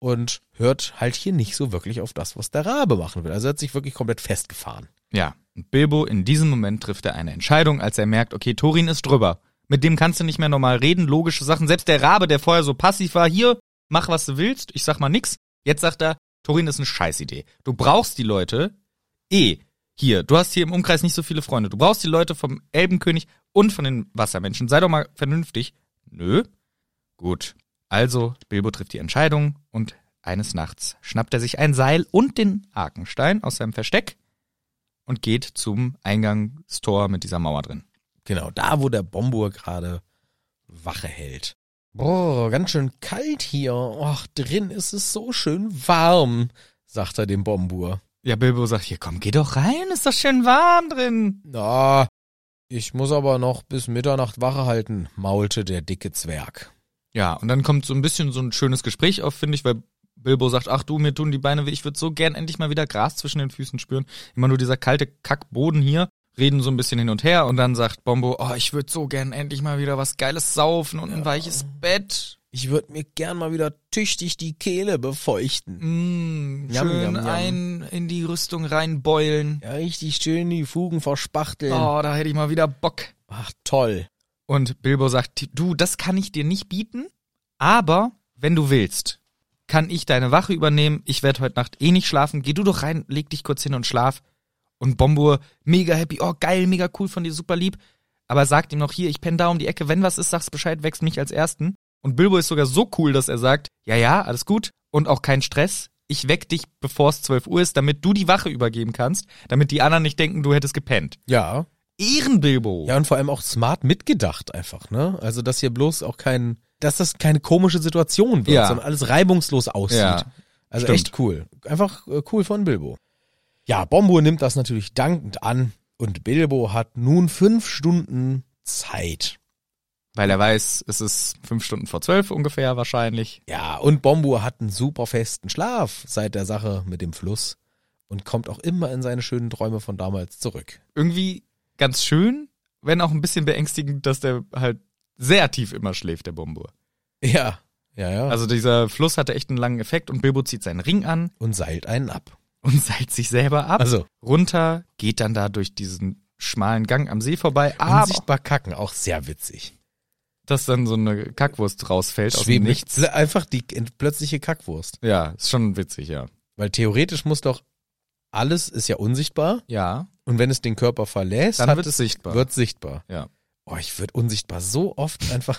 S1: und hört halt hier nicht so wirklich auf das, was der Rabe machen will. Also er hat sich wirklich komplett festgefahren.
S2: Ja, und Bilbo in diesem Moment trifft er eine Entscheidung, als er merkt, okay, Thorin ist drüber. Mit dem kannst du nicht mehr normal reden, logische Sachen. Selbst der Rabe, der vorher so passiv war, hier, mach was du willst, ich sag mal nix. Jetzt sagt er, Thorin ist eine Scheißidee. Du brauchst die Leute eh hier. Du hast hier im Umkreis nicht so viele Freunde. Du brauchst die Leute vom Elbenkönig und von den Wassermenschen. Sei doch mal vernünftig. Nö. Gut. Also, Bilbo trifft die Entscheidung und eines Nachts schnappt er sich ein Seil und den Arkenstein aus seinem Versteck und geht zum Eingangstor mit dieser Mauer drin.
S1: Genau, da wo der Bombur gerade Wache hält. Boah, ganz schön kalt hier. Och, drin ist es so schön warm, sagt er dem Bombur.
S2: Ja, Bilbo sagt, hier komm, geh doch rein, ist doch schön warm drin.
S1: Na, ich muss aber noch bis Mitternacht Wache halten, maulte der dicke Zwerg.
S2: Ja, und dann kommt so ein bisschen so ein schönes Gespräch auf, finde ich, weil Bilbo sagt, ach du, mir tun die Beine weh, ich würde so gern endlich mal wieder Gras zwischen den Füßen spüren. Immer nur dieser kalte Kackboden hier, reden so ein bisschen hin und her und dann sagt Bombo, oh, ich würde so gern endlich mal wieder was Geiles saufen und ein weiches Bett.
S1: Ich würde mir gern mal wieder tüchtig die Kehle befeuchten.
S2: Mm,
S1: Yum,
S2: schön
S1: yum, yum.
S2: ein in die Rüstung reinbeulen.
S1: Ja, richtig schön die Fugen verspachteln.
S2: Oh, da hätte ich mal wieder Bock.
S1: Ach, toll.
S2: Und Bilbo sagt, du, das kann ich dir nicht bieten, aber wenn du willst, kann ich deine Wache übernehmen. Ich werde heute Nacht eh nicht schlafen. Geh du doch rein, leg dich kurz hin und schlaf. Und Bombur, mega happy, oh geil, mega cool von dir, super lieb. Aber sagt ihm noch hier, ich penne da um die Ecke, wenn was ist, sag's Bescheid, wächst mich als Ersten. Und Bilbo ist sogar so cool, dass er sagt, ja, ja, alles gut und auch kein Stress. Ich weck dich, bevor es 12 Uhr ist, damit du die Wache übergeben kannst, damit die anderen nicht denken, du hättest gepennt.
S1: Ja.
S2: Ehrenbilbo!
S1: Ja, und vor allem auch smart mitgedacht einfach, ne? Also, dass hier bloß auch kein, dass das keine komische Situation wird,
S2: Ja.
S1: sondern alles reibungslos aussieht.
S2: Ja,
S1: Also
S2: stimmt.
S1: echt cool. Einfach äh, cool von Bilbo. Ja, Bombo nimmt das natürlich dankend an und Bilbo hat nun fünf Stunden Zeit.
S2: Weil er weiß, es ist fünf Stunden vor zwölf ungefähr wahrscheinlich.
S1: Ja, und Bombo hat einen super festen Schlaf seit der Sache mit dem Fluss und kommt auch immer in seine schönen Träume von damals zurück.
S2: Irgendwie ganz schön, wenn auch ein bisschen beängstigend, dass der halt sehr tief immer schläft, der Bombur.
S1: Ja, ja, ja.
S2: Also dieser Fluss hatte echt einen langen Effekt und Bilbo zieht seinen Ring an
S1: und seilt einen ab.
S2: und seilt sich selber ab.
S1: Also,
S2: runter, geht dann da durch diesen schmalen Gang am See vorbei, aber
S1: unsichtbar kacken, auch sehr witzig.
S2: dass dann so eine Kackwurst rausfällt aus dem
S1: Schwebig.
S2: Nichts.
S1: Pl- Einfach die ent- plötzliche Kackwurst.
S2: Ja, ist schon witzig, ja.
S1: Weil theoretisch muss doch alles ist ja unsichtbar
S2: Ja,
S1: und wenn es den Körper verlässt,
S2: dann
S1: hat
S2: wird es sichtbar.
S1: Wird sichtbar.
S2: Ja.
S1: Oh, ich würde unsichtbar so oft einfach.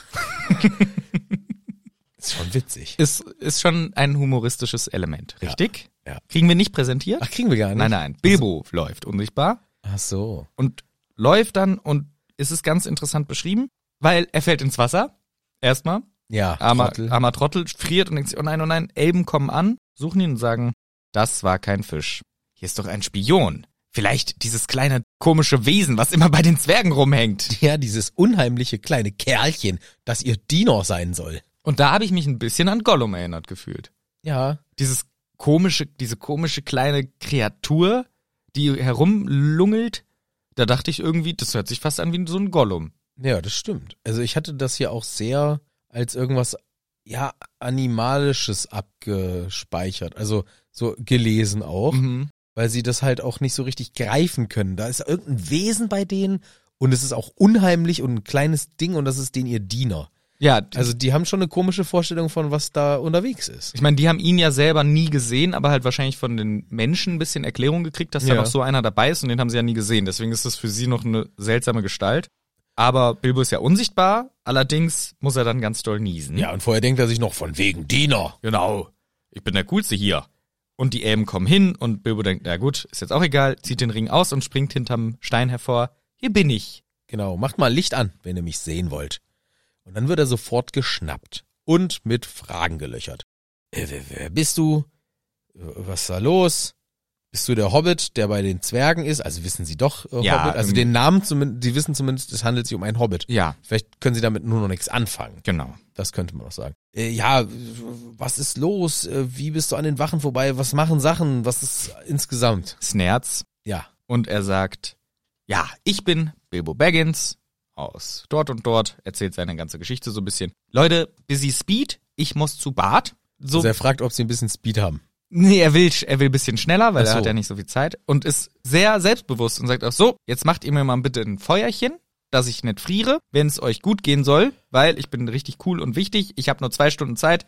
S1: ist schon witzig.
S2: ist, ist schon ein humoristisches Element, richtig?
S1: Ja.
S2: Kriegen wir nicht präsentiert?
S1: Ach, kriegen wir gar nicht.
S2: Nein, nein. Bilbo läuft unsichtbar
S1: Ach so.
S2: und läuft dann und es ist ganz interessant beschrieben, weil er fällt ins Wasser. Erstmal.
S1: Ja,
S2: Armer
S1: Trottel.
S2: Trottel. armer Trottel friert und denkt sich, oh nein, oh nein, Elben kommen an, suchen ihn und sagen, das war kein Fisch. Hier ist doch ein Spion. Vielleicht dieses kleine komische Wesen, was immer bei den Zwergen rumhängt.
S1: ja, dieses unheimliche kleine Kerlchen, das ihr Dino sein soll.
S2: Und da habe ich mich ein bisschen an Gollum erinnert gefühlt.
S1: Ja.
S2: Dieses komische, diese komische kleine Kreatur, die herumlungelt, da dachte ich irgendwie, das hört sich fast an wie so ein Gollum.
S1: Ja, das stimmt. Also ich hatte das hier auch sehr als irgendwas, ja, Animalisches abgespeichert. Also so gelesen auch.
S2: Mhm.
S1: weil sie das halt auch nicht so richtig greifen können. Da ist irgendein Wesen bei denen und es ist auch unheimlich und ein kleines Ding und das ist denen ihr Diener.
S2: Ja, d-
S1: Also die haben schon eine komische Vorstellung von, was da unterwegs ist.
S2: ich meine, die haben ihn ja selber nie gesehen, aber halt wahrscheinlich von den Menschen ein bisschen Erklärung gekriegt, dass
S1: Ja.
S2: da noch so einer dabei ist und den haben sie ja nie gesehen. Deswegen ist das für sie noch eine seltsame Gestalt. Aber Bilbo ist ja unsichtbar, allerdings muss er dann ganz doll niesen.
S1: Ja, und vorher denkt er sich noch von wegen Diener.
S2: Genau. Ich bin der Coolste hier. Und die Elben kommen hin und Bilbo denkt, na gut, ist jetzt auch egal, zieht den Ring aus und springt hinterm Stein hervor. Hier bin ich.
S1: Genau, macht mal Licht an, wenn ihr mich sehen wollt. Und dann wird er sofort geschnappt und mit Fragen gelöchert. Äh, wer, wer bist du? Äh, Was ist da los? Bist du der Hobbit, der bei den Zwergen ist? Also wissen sie doch äh,
S2: Ja,
S1: Hobbit. Also
S2: ähm,
S1: den Namen zumindest, die wissen zumindest, es handelt sich um einen Hobbit.
S2: Ja,
S1: Vielleicht können sie damit nur noch nichts anfangen.
S2: genau.
S1: Das könnte man auch sagen. Äh, ja, was ist los? Äh, Wie bist du an den Wachen vorbei? Was machen Sachen? Was ist insgesamt?
S2: Snerz.
S1: Ja.
S2: Und er sagt, ja, ich bin Bilbo Baggins aus dort und dort, erzählt seine ganze Geschichte so ein bisschen. Leute, busy Speed, ich muss zu Bart. So,
S1: Also er fragt, ob sie ein bisschen Speed haben.
S2: nee, er will, er will ein bisschen schneller, weil
S1: Ach
S2: er hat
S1: so.
S2: ja nicht so viel Zeit und ist sehr selbstbewusst und sagt auch so, jetzt macht ihr mir mal bitte ein Feuerchen, dass ich nicht friere, wenn es euch gut gehen soll, weil ich bin richtig cool und wichtig, ich habe nur zwei Stunden Zeit,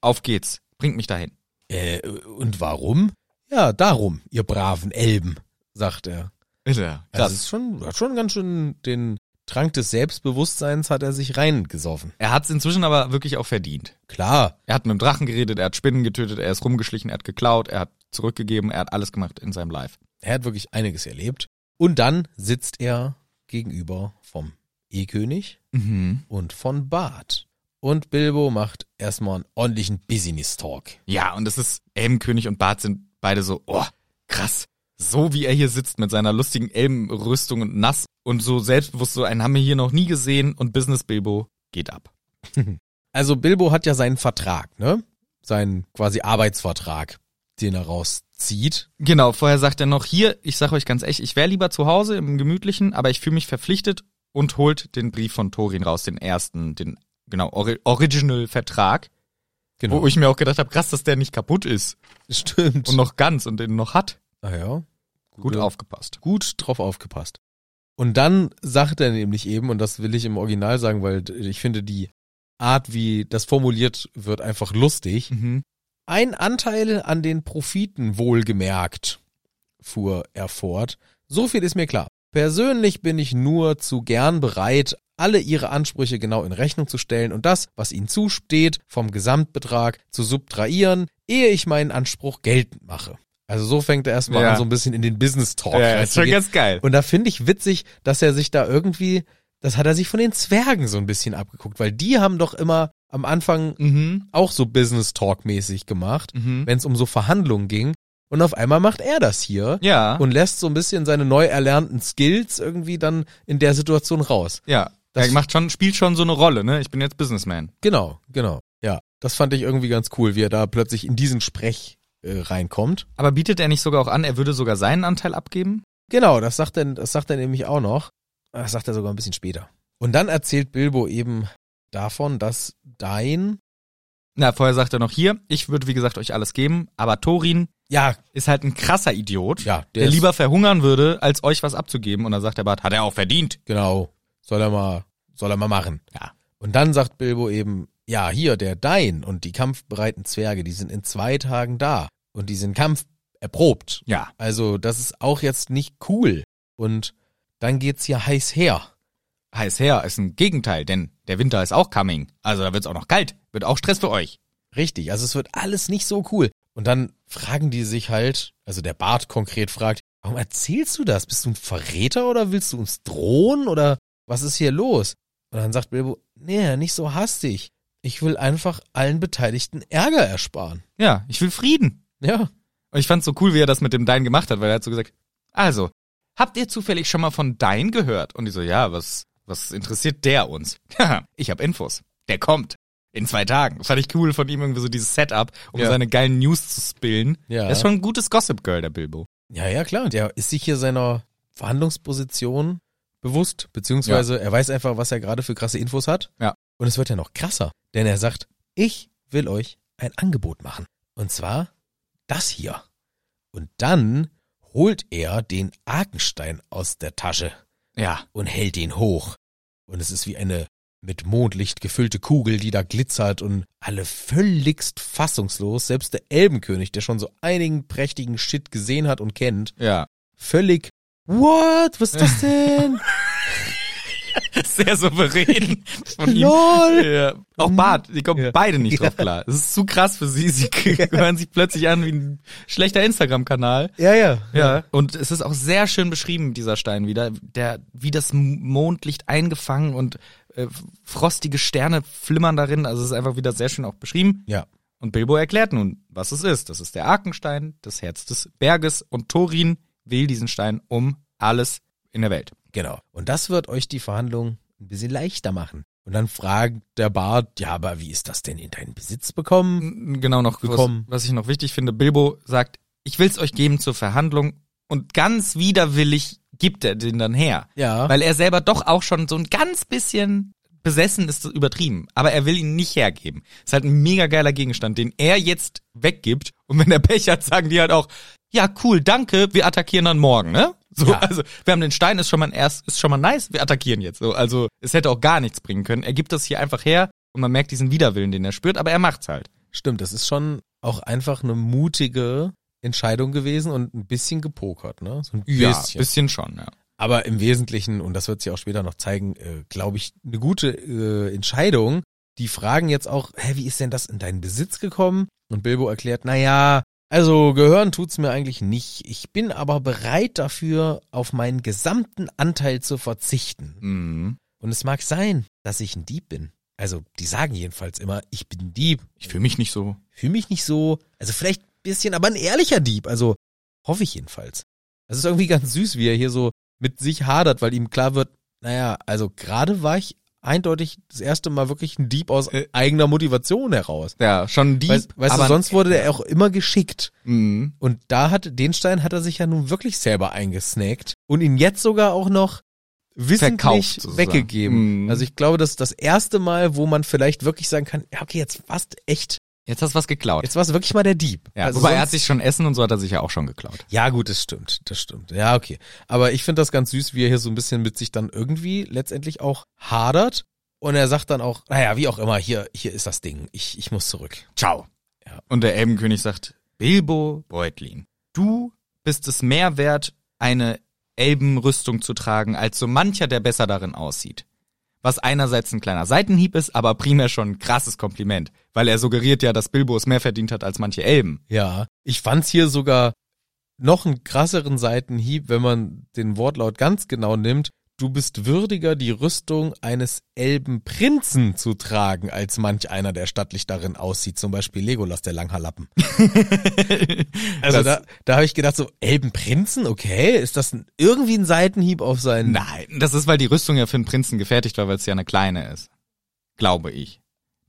S2: auf geht's, bringt mich dahin.
S1: Äh, und warum? Ja, darum, ihr braven Elben, sagt er.
S2: Ist er.
S1: Also das ist schon, hat schon ganz schön den Trank des Selbstbewusstseins hat er sich reingesoffen.
S2: Er hat es inzwischen aber wirklich auch verdient.
S1: Klar,
S2: Er hat mit dem Drachen geredet, er hat Spinnen getötet, er ist rumgeschlichen, er hat geklaut, er hat zurückgegeben, er hat alles gemacht in seinem Life.
S1: er hat wirklich einiges erlebt. Und dann sitzt er gegenüber vom E-König
S2: Mhm.
S1: und von Bart. Und Bilbo macht erstmal einen ordentlichen Business-Talk.
S2: Ja, und es ist Elbenkönig und Bart sind beide so, oh, krass. So wie er hier sitzt mit seiner lustigen Elbenrüstung und nass und so selbstbewusst, so einen haben wir hier noch nie gesehen und Business Bilbo geht ab.
S1: Also Bilbo hat ja seinen Vertrag, ne? Seinen quasi Arbeitsvertrag. den er rauszieht.
S2: Genau, vorher sagt er noch hier, ich sage euch ganz echt, ich wäre lieber zu Hause im gemütlichen, aber ich fühle mich verpflichtet und holt den Brief von Torin raus, den ersten, den genau Ori Original Vertrag,
S1: Genau. Oh,
S2: wo ich mir auch gedacht habe, krass, dass der nicht kaputt ist
S1: Stimmt.
S2: und noch ganz und den noch hat.
S1: ah ja.
S2: Gut aufgepasst.
S1: gut drauf aufgepasst. Und dann sagt er nämlich eben, und das will ich im Original sagen, weil d- ich finde die Art, wie das formuliert wird, einfach lustig.
S2: Mhm.
S1: Ein Anteil an den Profiten wohlgemerkt, fuhr er fort. So viel ist mir klar. Persönlich bin ich nur zu gern bereit, alle ihre Ansprüche genau in Rechnung zu stellen und das, was ihnen zusteht, vom Gesamtbetrag zu subtrahieren, ehe ich meinen Anspruch geltend mache. Also so fängt er erstmal
S2: Ja.
S1: an, so ein bisschen in den Business Talk
S2: ja, ist schon
S1: reinzugehen.
S2: ganz geil.
S1: Und da finde ich witzig, dass er sich da irgendwie, das hat er sich von den Zwergen so ein bisschen abgeguckt, weil die haben doch immer am Anfang
S2: Mhm.
S1: auch so Business Talk mäßig gemacht,
S2: Mhm.
S1: wenn es um so Verhandlungen ging. Und auf einmal macht er das hier
S2: Ja.
S1: und lässt so ein bisschen seine neu erlernten Skills irgendwie dann in der Situation raus.
S2: ja.
S1: Das-
S2: er macht schon, spielt schon so eine Rolle, ne? Ich bin jetzt Businessman.
S1: Genau, genau. Ja, das fand ich irgendwie ganz cool, wie er da plötzlich in diesen Sprech äh, reinkommt.
S2: Aber bietet er nicht sogar auch an, er würde sogar seinen Anteil abgeben?
S1: Genau, das sagt er, das sagt er nämlich auch noch. Das sagt er sogar ein bisschen später. Und dann erzählt Bilbo eben davon, dass dein,
S2: Na, vorher sagt er noch hier, ich würde wie gesagt euch alles geben, aber Torin
S1: ja,
S2: ist halt ein krasser Idiot,
S1: ja, der,
S2: der
S1: ist,
S2: lieber verhungern würde, als euch was abzugeben. Und dann sagt der Bart, hat er auch verdient.
S1: genau, soll er mal, soll er mal machen.
S2: Ja.
S1: Und dann sagt Bilbo eben, ja, hier, der dein und die kampfbereiten Zwerge, die sind in zwei Tagen da und die sind kampferprobt.
S2: Ja.
S1: Also, das ist auch jetzt nicht cool. Und dann geht's hier heiß her.
S2: Heiß her ist ein Gegenteil, denn der Winter ist auch coming. Also da wird's auch noch kalt. Wird auch Stress für euch.
S1: Richtig, also es wird alles nicht so cool. Und dann fragen die sich halt, also der Bart konkret fragt, warum erzählst du das? Bist du ein Verräter oder willst du uns drohen oder was ist hier los? Und dann sagt Bilbo, nee, nicht so hastig. Ich will einfach allen Beteiligten Ärger ersparen.
S2: Ja, ich will Frieden.
S1: Ja,
S2: Und ich fand's so cool, wie er das mit dem Dein gemacht hat, weil er hat so gesagt, also, habt ihr zufällig schon mal von Dein gehört? Und die so, ja, was, was interessiert der uns? Haha, ich hab Infos. Der kommt. In zwei Tagen. Fand ich cool von ihm irgendwie so dieses Setup, um
S1: Ja.
S2: seine geilen News zu spillen.
S1: ja.
S2: Er ist schon ein gutes Gossip Girl, der Bilbo.
S1: ja, ja, klar. Der ist sich hier seiner Verhandlungsposition bewusst, beziehungsweise er weiß einfach, was er gerade für krasse Infos hat.
S2: Ja.
S1: Und es wird ja noch krasser, denn er sagt, ich will euch ein Angebot machen. Und zwar das hier. Und dann holt er den Arkenstein aus der Tasche
S2: Ja.
S1: und hält den hoch. Und es ist wie eine mit Mondlicht gefüllte Kugel, die da glitzert und alle völligst fassungslos, selbst der Elbenkönig, der schon so einigen prächtigen Shit gesehen hat und kennt,
S2: Ja.
S1: völlig What? Was ist das denn?
S2: Sehr souverän von ihm.
S1: LOL!
S2: Ja. Auch Bart, die kommen
S1: Ja.
S2: beide nicht
S1: Ja.
S2: drauf klar. Es ist zu krass für sie. Sie hören sich plötzlich an wie ein schlechter Instagram-Kanal.
S1: Ja, ja.
S2: Ja. Und es ist auch sehr schön beschrieben, dieser Stein wieder, der, wie das M- Mondlicht eingefangen und äh, frostige Sterne flimmern darin. Also es ist einfach wieder sehr schön auch beschrieben.
S1: Ja.
S2: Und Bilbo erklärt nun, was es ist. Das ist der Arkenstein, das Herz des Berges und Thorin will diesen Stein um alles in der Welt.
S1: Genau. Und das wird euch die Verhandlung ein bisschen leichter machen. Und dann fragt der Bart, ja, aber wie ist das denn in deinen Besitz bekommen?
S2: N- genau noch was,
S1: Gekommen.
S2: was ich noch wichtig finde. Bilbo sagt, ich will's euch geben zur Verhandlung und ganz widerwillig gibt er den dann her,
S1: Ja.
S2: weil er selber doch auch schon so ein ganz bisschen besessen ist, übertrieben, aber er will ihn nicht hergeben. Ist halt ein mega geiler Gegenstand, den er jetzt weggibt und wenn er Pech hat, sagen die halt auch, ja cool, danke, wir attackieren dann morgen, ne? So,
S1: Ja.
S2: also wir haben den Stein, ist schon mal ein erst, ist schon mal nice, wir attackieren jetzt. So, also es hätte auch gar nichts bringen können. Er gibt das hier einfach her und man merkt diesen Widerwillen, den er spürt, aber er macht's halt.
S1: Stimmt, das ist schon auch einfach eine mutige Entscheidung gewesen und ein bisschen gepokert, ne? So ein
S2: Ja,
S1: bisschen.
S2: bisschen schon, ja.
S1: Aber im Wesentlichen, und das wird sich auch später noch zeigen, äh, glaube ich, eine gute äh, Entscheidung. Die fragen jetzt auch, hä, wie ist denn das in deinen Besitz gekommen? Und Bilbo erklärt, na ja, also gehören tut's mir eigentlich nicht. Ich bin aber bereit dafür, auf meinen gesamten Anteil zu verzichten.
S2: Mhm.
S1: Und es mag sein, dass ich ein Dieb bin. Also, die sagen jedenfalls immer, ich bin ein Dieb.
S2: Ich fühle mich nicht so.
S1: fühle mich nicht so, also vielleicht ein bisschen, aber ein ehrlicher Dieb, also hoffe ich jedenfalls. Das ist irgendwie ganz süß, wie er hier so mit sich hadert, weil ihm klar wird, naja, also gerade war ich eindeutig das erste Mal wirklich ein Dieb aus eigener Motivation heraus.
S2: Ja, schon Dieb.
S1: Weißt, weißt du,
S2: Äh. aber-
S1: sonst wurde der auch immer geschickt.
S2: Mhm.
S1: Und da hat, den Stein hat er sich ja nun wirklich selber eingesnackt und ihn jetzt sogar auch noch
S2: Verkauft,
S1: wissentlich
S2: sozusagen.
S1: weggegeben.
S2: Mhm.
S1: Also ich glaube, das ist das erste Mal, wo man vielleicht wirklich sagen kann, ja, okay, jetzt warst echt,
S2: Jetzt hast du was geklaut.
S1: jetzt warst du wirklich mal der Dieb.
S2: ja,
S1: also
S2: wobei er hat
S1: sonst-
S2: sich schon Essen und so hat er sich ja auch schon geklaut.
S1: ja, gut, das stimmt, das stimmt. Ja, okay. Aber ich finde das ganz süß, wie er hier so ein bisschen mit sich dann irgendwie letztendlich auch hadert. Und er sagt dann auch, naja, wie auch immer, hier, hier ist das Ding. Ich, ich muss zurück.
S2: Ciao. Ja. Und der Elbenkönig sagt, Bilbo Beutlin, du bist es mehr wert, eine Elbenrüstung zu tragen, als so mancher, der besser darin aussieht. Was einerseits ein kleiner Seitenhieb ist, aber primär schon ein krasses Kompliment, weil er suggeriert ja, dass Bilbo es mehr verdient hat als manche Elben.
S1: Ja. Ich fand's hier sogar noch einen krasseren Seitenhieb, wenn man den Wortlaut ganz genau nimmt. Du bist würdiger, die Rüstung eines Elbenprinzen zu tragen, als manch einer, der stattlich darin aussieht. Zum Beispiel Legolas, der Langhaarlappen. Also
S2: Das-
S1: da, da habe ich gedacht, so Elbenprinzen, okay, ist das ein, irgendwie ein Seitenhieb auf seinen...
S2: Nein, das ist, weil die Rüstung ja für einen Prinzen gefertigt war, weil es ja eine kleine ist. Glaube ich.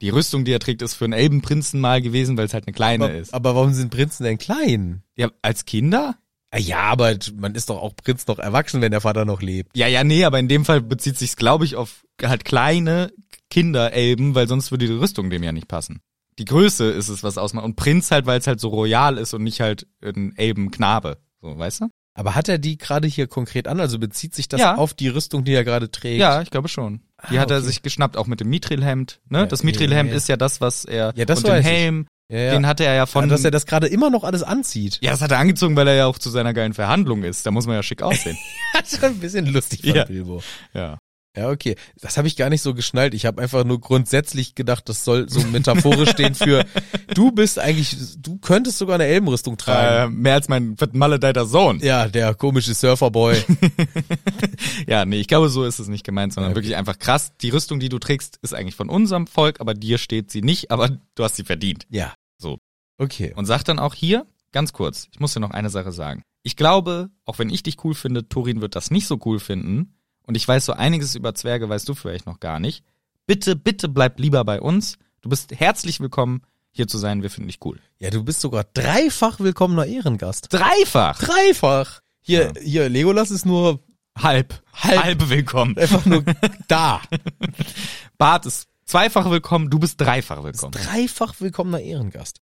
S2: Die Rüstung, die er trägt, ist für einen Elbenprinzen mal gewesen, weil es halt eine kleine
S1: aber,
S2: ist.
S1: aber warum sind Prinzen denn klein?
S2: Ja, als Kinder?
S1: Ah Ja, aber man ist doch auch Prinz noch erwachsen, wenn der Vater noch lebt.
S2: Ja, ja, nee, aber in dem Fall bezieht sich's, glaube ich, auf halt kleine Kinderelben, weil sonst würde die Rüstung dem ja nicht passen. Die Größe ist es, was ausmacht. Und Prinz halt, weil es halt so royal ist und nicht halt ein Elbenknabe. So, weißt du?
S1: Aber hat er die gerade hier konkret an? Also bezieht sich das
S2: Ja.
S1: auf die Rüstung, die er gerade trägt?
S2: Ja, ich glaube schon. Die
S1: Ah,
S2: hat er
S1: okay.
S2: sich geschnappt, auch mit dem Mithrilhemd. Ne?
S1: Ja,
S2: das
S1: ja,
S2: Mithrilhemd
S1: ja.
S2: ist ja das, was er
S1: Ja, das
S2: und den
S1: weiß ich.
S2: Helm,
S1: ja, ja.
S2: den hatte er ja von
S1: ja, dass er das gerade immer noch alles anzieht.
S2: Ja, das hat er angezogen, weil er ja auch zu seiner geilen Verhandlung ist. Da muss man ja schick aussehen.
S1: Das ist schon ein bisschen lustig von
S2: Ja.
S1: Bilbo.
S2: ja.
S1: Ja, okay. Das habe ich gar nicht so geschnallt. Ich habe einfach nur grundsätzlich gedacht, das soll so metaphorisch stehen für du bist eigentlich, du könntest sogar eine Elbenrüstung tragen.
S2: Äh, mehr als mein vermaledeiter Sohn. Ja.
S1: Ja, der komische Surferboy.
S2: nee, ich glaube, so ist es nicht gemeint, sondern
S1: Ja, okay.
S2: wirklich einfach krass. Die Rüstung, die du trägst, ist eigentlich von unserem Volk, aber dir steht sie nicht, aber du hast sie verdient.
S1: ja.
S2: So.
S1: Okay.
S2: Und sag dann auch hier, ganz kurz, ich muss dir noch eine Sache sagen. Ich glaube, auch wenn ich dich cool finde, Turin wird das nicht so cool finden. Und ich weiß so einiges über Zwerge, weißt du vielleicht noch gar nicht. Bitte, bitte bleib lieber bei uns. Du bist herzlich willkommen, hier zu sein. Wir finden dich cool.
S1: Ja, du bist sogar dreifach willkommener Ehrengast.
S2: Dreifach!
S1: Dreifach. Hier,
S2: Ja.
S1: hier, Legolas ist nur
S2: Halb.
S1: Halb.
S2: Halb. willkommen.
S1: einfach nur da.
S2: Bart ist zweifach willkommen, du bist dreifach willkommen.
S1: Dreifach willkommener Ehrengast.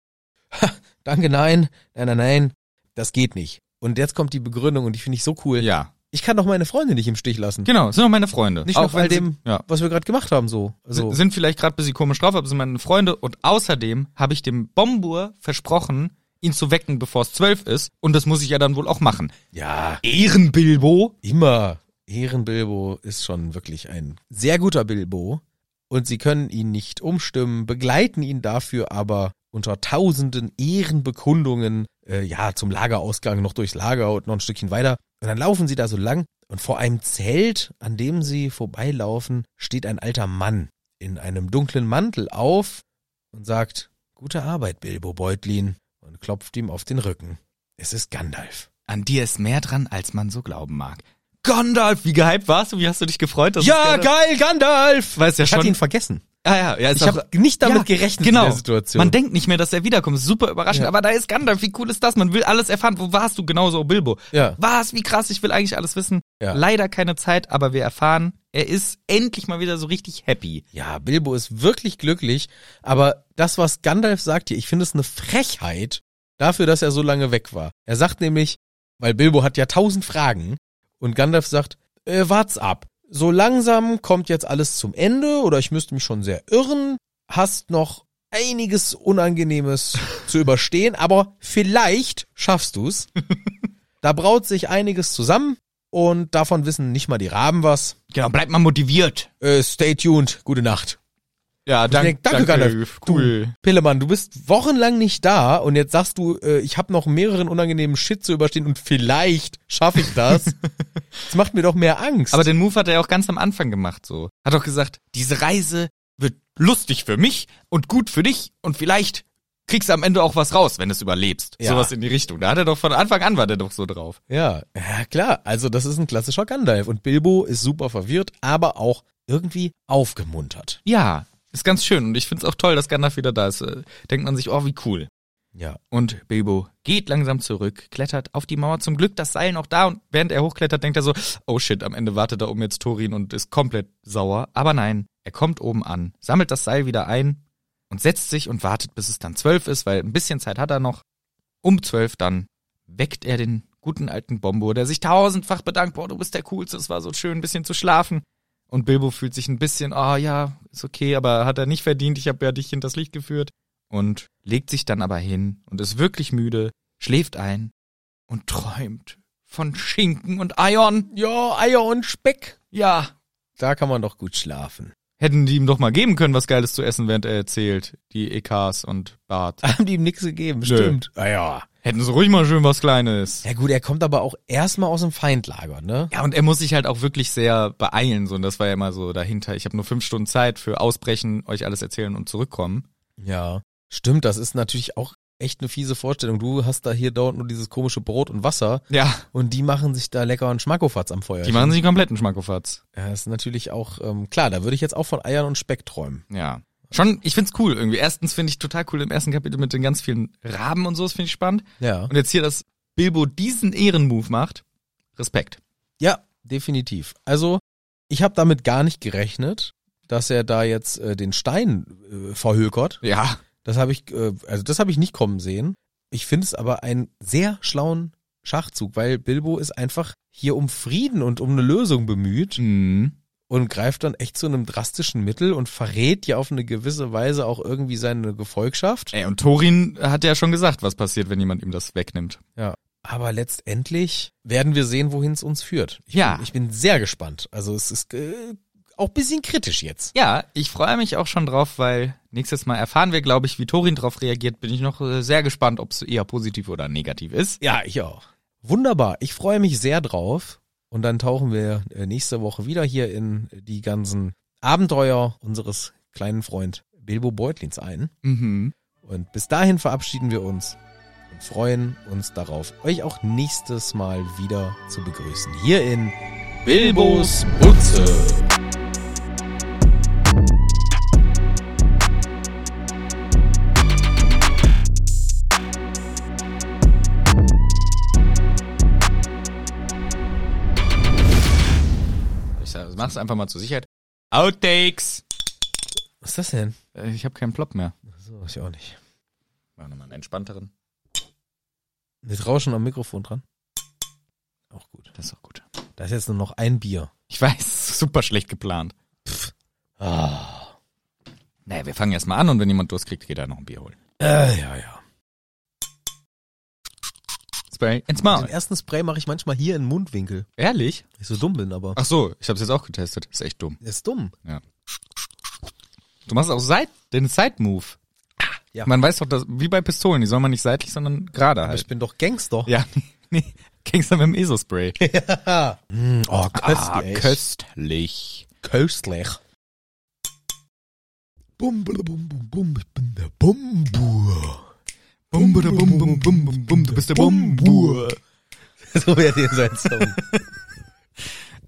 S1: Ha, danke, nein, nein, nein, nein. Das geht nicht. Und jetzt kommt die Begründung und die finde ich so cool.
S2: Ja.
S1: Ich kann doch meine Freunde nicht im Stich lassen.
S2: Genau, das sind auch meine Freunde.
S1: Nicht
S2: auch
S1: nach all
S2: wenn sie-
S1: dem,
S2: Ja.
S1: was wir gerade gemacht haben, so. Also,
S2: Sind vielleicht gerade ein bisschen komisch drauf, aber sind meine Freunde. Und außerdem habe ich dem Bombur versprochen, ihn zu wecken, bevor es zwölf ist. Und das muss ich ja dann wohl auch machen.
S1: ja,
S2: Ehrenbilbo?
S1: immer. Ehrenbilbo ist schon wirklich ein sehr guter Bilbo. Und sie können ihn nicht umstimmen, begleiten ihn dafür aber unter tausenden Ehrenbekundungen, äh, ja, zum Lagerausgang, noch durchs Lager und noch ein Stückchen weiter. Und dann laufen sie da so lang und vor einem Zelt, an dem sie vorbeilaufen, steht ein alter Mann in einem dunklen Mantel auf und sagt, gute Arbeit, Bilbo Beutlin, und klopft ihm auf den Rücken. Es ist Gandalf.
S2: An dir ist mehr dran, als man so glauben mag. Gandalf, wie gehypt warst du? Wie hast du dich gefreut? dass es
S1: Ja,
S2: Gandalf-
S1: geil, Gandalf!
S2: Weißt ja
S1: Ich hatte
S2: schon.
S1: ihn vergessen.
S2: Ah, ja, ja, ist
S1: Ich
S2: auch-
S1: habe nicht damit
S2: Ja,
S1: gerechnet
S2: genau.
S1: in der Situation.
S2: Man denkt nicht mehr, dass er wiederkommt. Super überraschend.
S1: Ja.
S2: Aber da ist Gandalf. Wie cool ist das? Man will alles erfahren. Wo warst du? Genauso Bilbo.
S1: Ja.
S2: Was? Wie krass. Ich will eigentlich alles wissen.
S1: Ja.
S2: Leider keine Zeit, aber wir erfahren, er ist endlich mal wieder so richtig happy.
S1: ja, Bilbo ist wirklich glücklich, aber das, was Gandalf sagt hier, ich finde es eine Frechheit dafür, dass er so lange weg war. Er sagt nämlich, weil Bilbo hat ja tausend Fragen und Gandalf sagt, äh, wart's ab. So langsam kommt jetzt alles zum Ende oder ich müsste mich schon sehr irren. Hast noch einiges Unangenehmes zu überstehen, aber vielleicht schaffst du's. Da braut sich einiges zusammen und davon wissen nicht mal die Raben was.
S2: Genau, bleib mal motiviert.
S1: Äh, stay tuned, gute Nacht.
S2: Ja,
S1: denk, danke, Gandalf.
S2: Cool.
S1: Pillemann, du bist wochenlang nicht da und jetzt sagst du, äh, ich habe noch mehreren unangenehmen Shit zu überstehen und vielleicht schaffe ich das. das macht mir doch mehr Angst.
S2: Aber den Move hat er ja auch ganz am Anfang gemacht, so. Hat doch gesagt, diese Reise wird lustig für mich und gut für dich und vielleicht kriegst du am Ende auch was raus, wenn du es überlebst.
S1: Ja.
S2: Sowas in die Richtung. Da hat er doch von Anfang an war der doch so drauf.
S1: ja, ja, klar. Also das ist ein klassischer Gandalf und Bilbo ist super verwirrt, aber auch irgendwie aufgemuntert.
S2: Ja, ist ganz schön und ich find's auch toll, dass Gandalf wieder da ist. Äh, Denkt man sich, oh, wie cool.
S1: Ja.
S2: Und Bilbo geht langsam zurück, klettert auf die Mauer. Zum Glück das Seil noch da und während er hochklettert, denkt er so, oh shit, am Ende wartet da oben jetzt Thorin und ist komplett sauer. Aber nein, er kommt oben an, sammelt das Seil wieder ein und setzt sich und wartet, bis es dann zwölf ist, weil ein bisschen Zeit hat er noch. Um zwölf dann weckt er den guten alten Bombo, der sich tausendfach bedankt, boah, du bist der Coolste, es war so schön, ein bisschen zu schlafen. Und Bilbo fühlt sich ein bisschen, ah ja, ist okay, aber hat er nicht verdient, ich habe ja dich hinters Licht geführt und legt sich dann aber hin und ist wirklich müde, schläft ein und träumt von Schinken und Eiern.
S1: Ja, Eier und Speck.
S2: Ja,
S1: Da kann man doch gut schlafen.
S2: hätten die ihm doch mal geben können, was Geiles zu essen, während er erzählt. Die EKs und Bart.
S1: Haben die ihm nichts gegeben, stimmt. Ah ja.
S2: Hätten sie ruhig mal schön was Kleines.
S1: Ja gut, er kommt aber auch erstmal aus dem Feindlager, ne?
S2: Ja, und er muss sich halt auch wirklich sehr beeilen, so, und das war ja immer so dahinter. Ich habe nur fünf Stunden Zeit für Ausbrechen, euch alles erzählen und zurückkommen.
S1: Ja. Stimmt, das ist natürlich auch echt eine fiese Vorstellung. Du hast da hier dort nur dieses komische Brot und Wasser
S2: Ja,
S1: und die machen sich da lecker einen Schmackofatz am Feuer.
S2: die machen sich einen kompletten Schmackofatz.
S1: ja, das ist natürlich auch, ähm, klar, da würde ich jetzt auch von Eiern und Speck träumen.
S2: Ja. Schon, ich find's cool irgendwie. Erstens finde ich total cool im ersten Kapitel mit den ganz vielen Raben und so, das finde ich spannend.
S1: Ja.
S2: Und jetzt hier, dass Bilbo diesen Ehrenmove macht. Respekt.
S1: Ja, definitiv. Also, ich habe damit gar nicht gerechnet, dass er da jetzt äh, den Stein äh, verhökert.
S2: Ja.
S1: Das habe ich, äh, also das habe ich nicht kommen sehen. Ich finde es aber einen sehr schlauen Schachzug, weil Bilbo ist einfach hier um Frieden und um eine Lösung bemüht
S2: Mhm.
S1: und greift dann echt zu einem drastischen Mittel und verrät ja auf eine gewisse Weise auch irgendwie seine Gefolgschaft.
S2: Ey, und Thorin hat ja schon gesagt, was passiert, wenn jemand ihm das wegnimmt.
S1: Aber letztendlich werden wir sehen, wohin es uns führt. Ich
S2: Ja.
S1: Bin, ich bin sehr gespannt. Also es ist äh, auch ein bisschen kritisch jetzt.
S2: Ja, ich freue mich auch schon drauf, weil nächstes Mal erfahren wir, glaube ich, wie Thorin drauf reagiert. Bin ich noch äh, sehr gespannt, ob es eher positiv oder negativ ist.
S1: Ja, ich auch. Wunderbar. Ich freue mich sehr drauf. Und dann tauchen wir äh, nächste Woche wieder hier in die ganzen Abenteuer unseres kleinen Freund Bilbo Beutlins ein.
S2: Mhm.
S1: Und bis dahin verabschieden wir uns und freuen uns darauf, euch auch nächstes Mal wieder zu begrüßen. Hier in
S2: Bilbos Butze. Ich sag, mach's einfach mal zur Sicherheit. Outtakes!
S1: Was ist das denn?
S2: Äh, Ich habe keinen Plop mehr.
S1: So, ich auch nicht.
S2: Mach nochmal einen entspannteren.
S1: Mit Rauschen am Mikrofon dran. Auch gut.
S2: Das ist auch gut.
S1: Da ist jetzt nur noch ein Bier.
S2: Ich weiß, super schlecht geplant.
S1: Ah.
S2: Naja, wir fangen erstmal an und wenn jemand Durst kriegt, geht er noch ein Bier holen.
S1: Äh, ja, ja.
S2: Spray ins
S1: Den
S2: Maul.
S1: ersten Spray mache ich manchmal hier in den Mundwinkel.
S2: Ehrlich?
S1: Ich so dumm bin, aber.
S2: Ach so, ich hab's jetzt auch getestet. Ist echt dumm.
S1: Ist dumm.
S2: Du machst auch seit, den Side-Move.
S1: ja.
S2: Man weiß doch, dass, wie bei Pistolen, die soll man nicht seitlich, sondern gerade
S1: Aber
S2: halten.
S1: ich bin doch Gangster.
S2: Ja, nee, ging's dann mit dem ESO-Spray.
S1: Mm, oh,
S2: Ah, köstlich.
S1: köstlich. Bum, bum, bum, bum, bum, ich bin der Bumbur.
S2: Bum, bada, bum, bum, bum, bum, bum, du bist der Bumbur.
S1: so wäre den sein Song.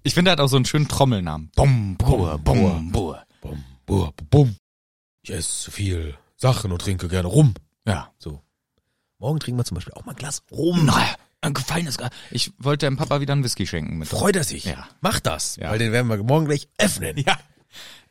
S2: Ich finde, er hat auch so einen schönen Trommelnamen. Bum, bur, bum, bur.
S1: Bumbur, bum. Ich esse viel Sachen und trinke gerne rum.
S2: Ja.
S1: Morgen trinken wir zum Beispiel auch mal ein Glas rum.
S2: Na, ein gefallenes Ge- Ich wollte dem Papa wieder einen Whisky schenken mit.
S1: Freut er sich.
S2: Ja.
S1: Mach das,
S2: Ja.
S1: weil den werden wir morgen gleich öffnen.
S2: Ja.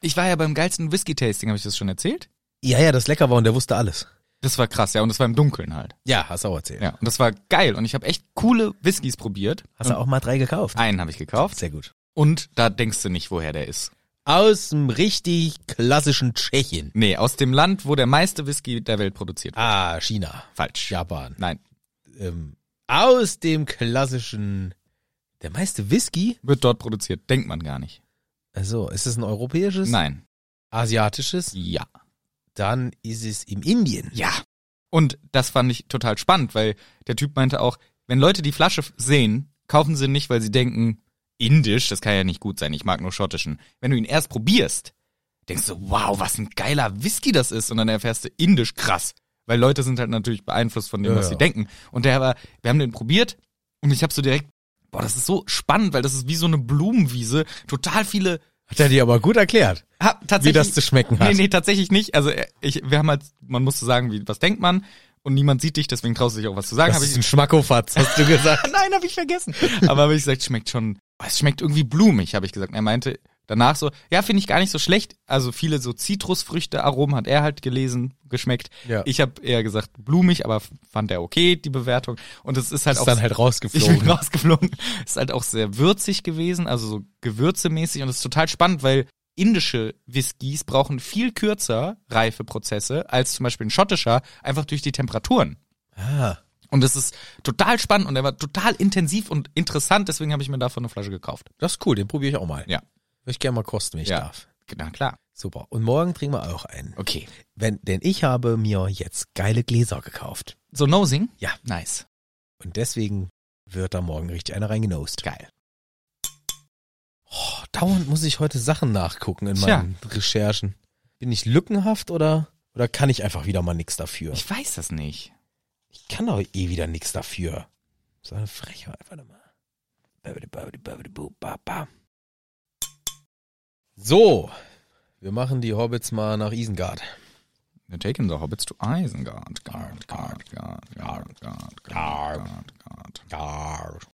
S2: Ich war ja beim geilsten Whisky-Tasting, habe ich das schon erzählt?
S1: Ja, ja, das lecker war und der wusste alles.
S2: Das war krass, ja, und das war im Dunkeln halt.
S1: Ja, hast du auch erzählt.
S2: Ja, und das war geil und ich habe echt coole Whiskys probiert.
S1: Hast du auch mal drei gekauft?
S2: Hm. Einen habe ich gekauft
S1: Sehr gut.
S2: und da denkst du nicht, woher der ist.
S1: Aus dem richtig klassischen Tschechien.
S2: Nee, aus dem Land, wo der meiste Whisky der Welt produziert wird.
S1: Ah, China.
S2: Falsch.
S1: Japan.
S2: Nein.
S1: Ähm, aus dem klassischen. Der meiste Whisky?
S2: Wird dort produziert. Denkt man gar nicht.
S1: Also, ist es ein europäisches?
S2: Nein.
S1: Asiatisches?
S2: Ja.
S1: Dann ist es in Indien.
S2: Ja. Und das fand ich total spannend, weil der Typ meinte auch, wenn Leute die Flasche f- sehen, kaufen sie nicht, weil sie denken, indisch, das kann ja nicht gut sein, ich mag nur schottischen. Wenn du ihn erst probierst, denkst du, wow, was ein geiler Whisky das ist. Und dann erfährst du indisch krass. Weil Leute sind halt natürlich beeinflusst von dem,
S1: Ja,
S2: was sie
S1: ja.
S2: denken. Und der war, wir haben den probiert und ich habe so direkt, boah, das ist so spannend, weil das ist wie so eine Blumenwiese. Total viele
S1: Hat er dir aber gut erklärt,
S2: Ha, tatsächlich,
S1: wie das zu schmecken hat.
S2: Nee, nee, tatsächlich nicht. Also äh, ich, wir haben halt, man musste sagen, wie, was denkt man und niemand sieht dich, deswegen traust du dich auch was zu sagen.
S1: Das
S2: Hab ich,
S1: ist ein Schmackofatz, hast du gesagt.
S2: nein, habe ich vergessen. Aber habe ich gesagt, schmeckt schon, oh, es schmeckt irgendwie blumig, habe ich gesagt. Und Er meinte danach so, ja, finde ich gar nicht so schlecht. Also viele so Zitrusfrüchte, Aromen hat er halt gelesen, geschmeckt.
S1: Ja.
S2: Ich habe eher gesagt blumig, aber fand er okay, die Bewertung. Und es ist halt
S1: Ist
S2: auch
S1: dann halt
S2: ich bin
S1: rausgeflogen.
S2: rausgeflogen. Ist halt auch sehr würzig gewesen, also so gewürzemäßig. Und das ist total spannend, weil indische Whiskys brauchen viel kürzer Reifeprozesse als zum Beispiel ein schottischer, einfach durch die Temperaturen.
S1: Ah,
S2: Und das ist total spannend und er war total intensiv und interessant, deswegen habe ich mir davon eine Flasche gekauft.
S1: das ist cool, den probiere ich auch mal.
S2: Ja.
S1: Würde ich gerne mal kosten, wenn ich
S2: Ja.
S1: darf.
S2: Na klar.
S1: Super. Und morgen trinken wir auch einen.
S2: Okay.
S1: Wenn, denn ich habe mir jetzt geile Gläser gekauft.
S2: So Nosing?
S1: Ja.
S2: Nice.
S1: Und deswegen wird da morgen richtig einer reingenost.
S2: Geil.
S1: Oh, dauernd muss ich heute Sachen nachgucken in
S2: Tja.
S1: meinen Recherchen. Bin ich lückenhaft oder, oder kann ich einfach wieder mal nix dafür?
S2: Ich weiß das nicht.
S1: Ich kann doch eh wieder nix dafür. So eine Frechheit, warte mal. Babidi, babidi, babidi, bu, ba, ba. So, wir machen die Hobbits mal nach Isengard.
S2: We're taking the hobbits to Isengard. Guard, guard, guard, guard, guard, guard, guard.
S1: Gard.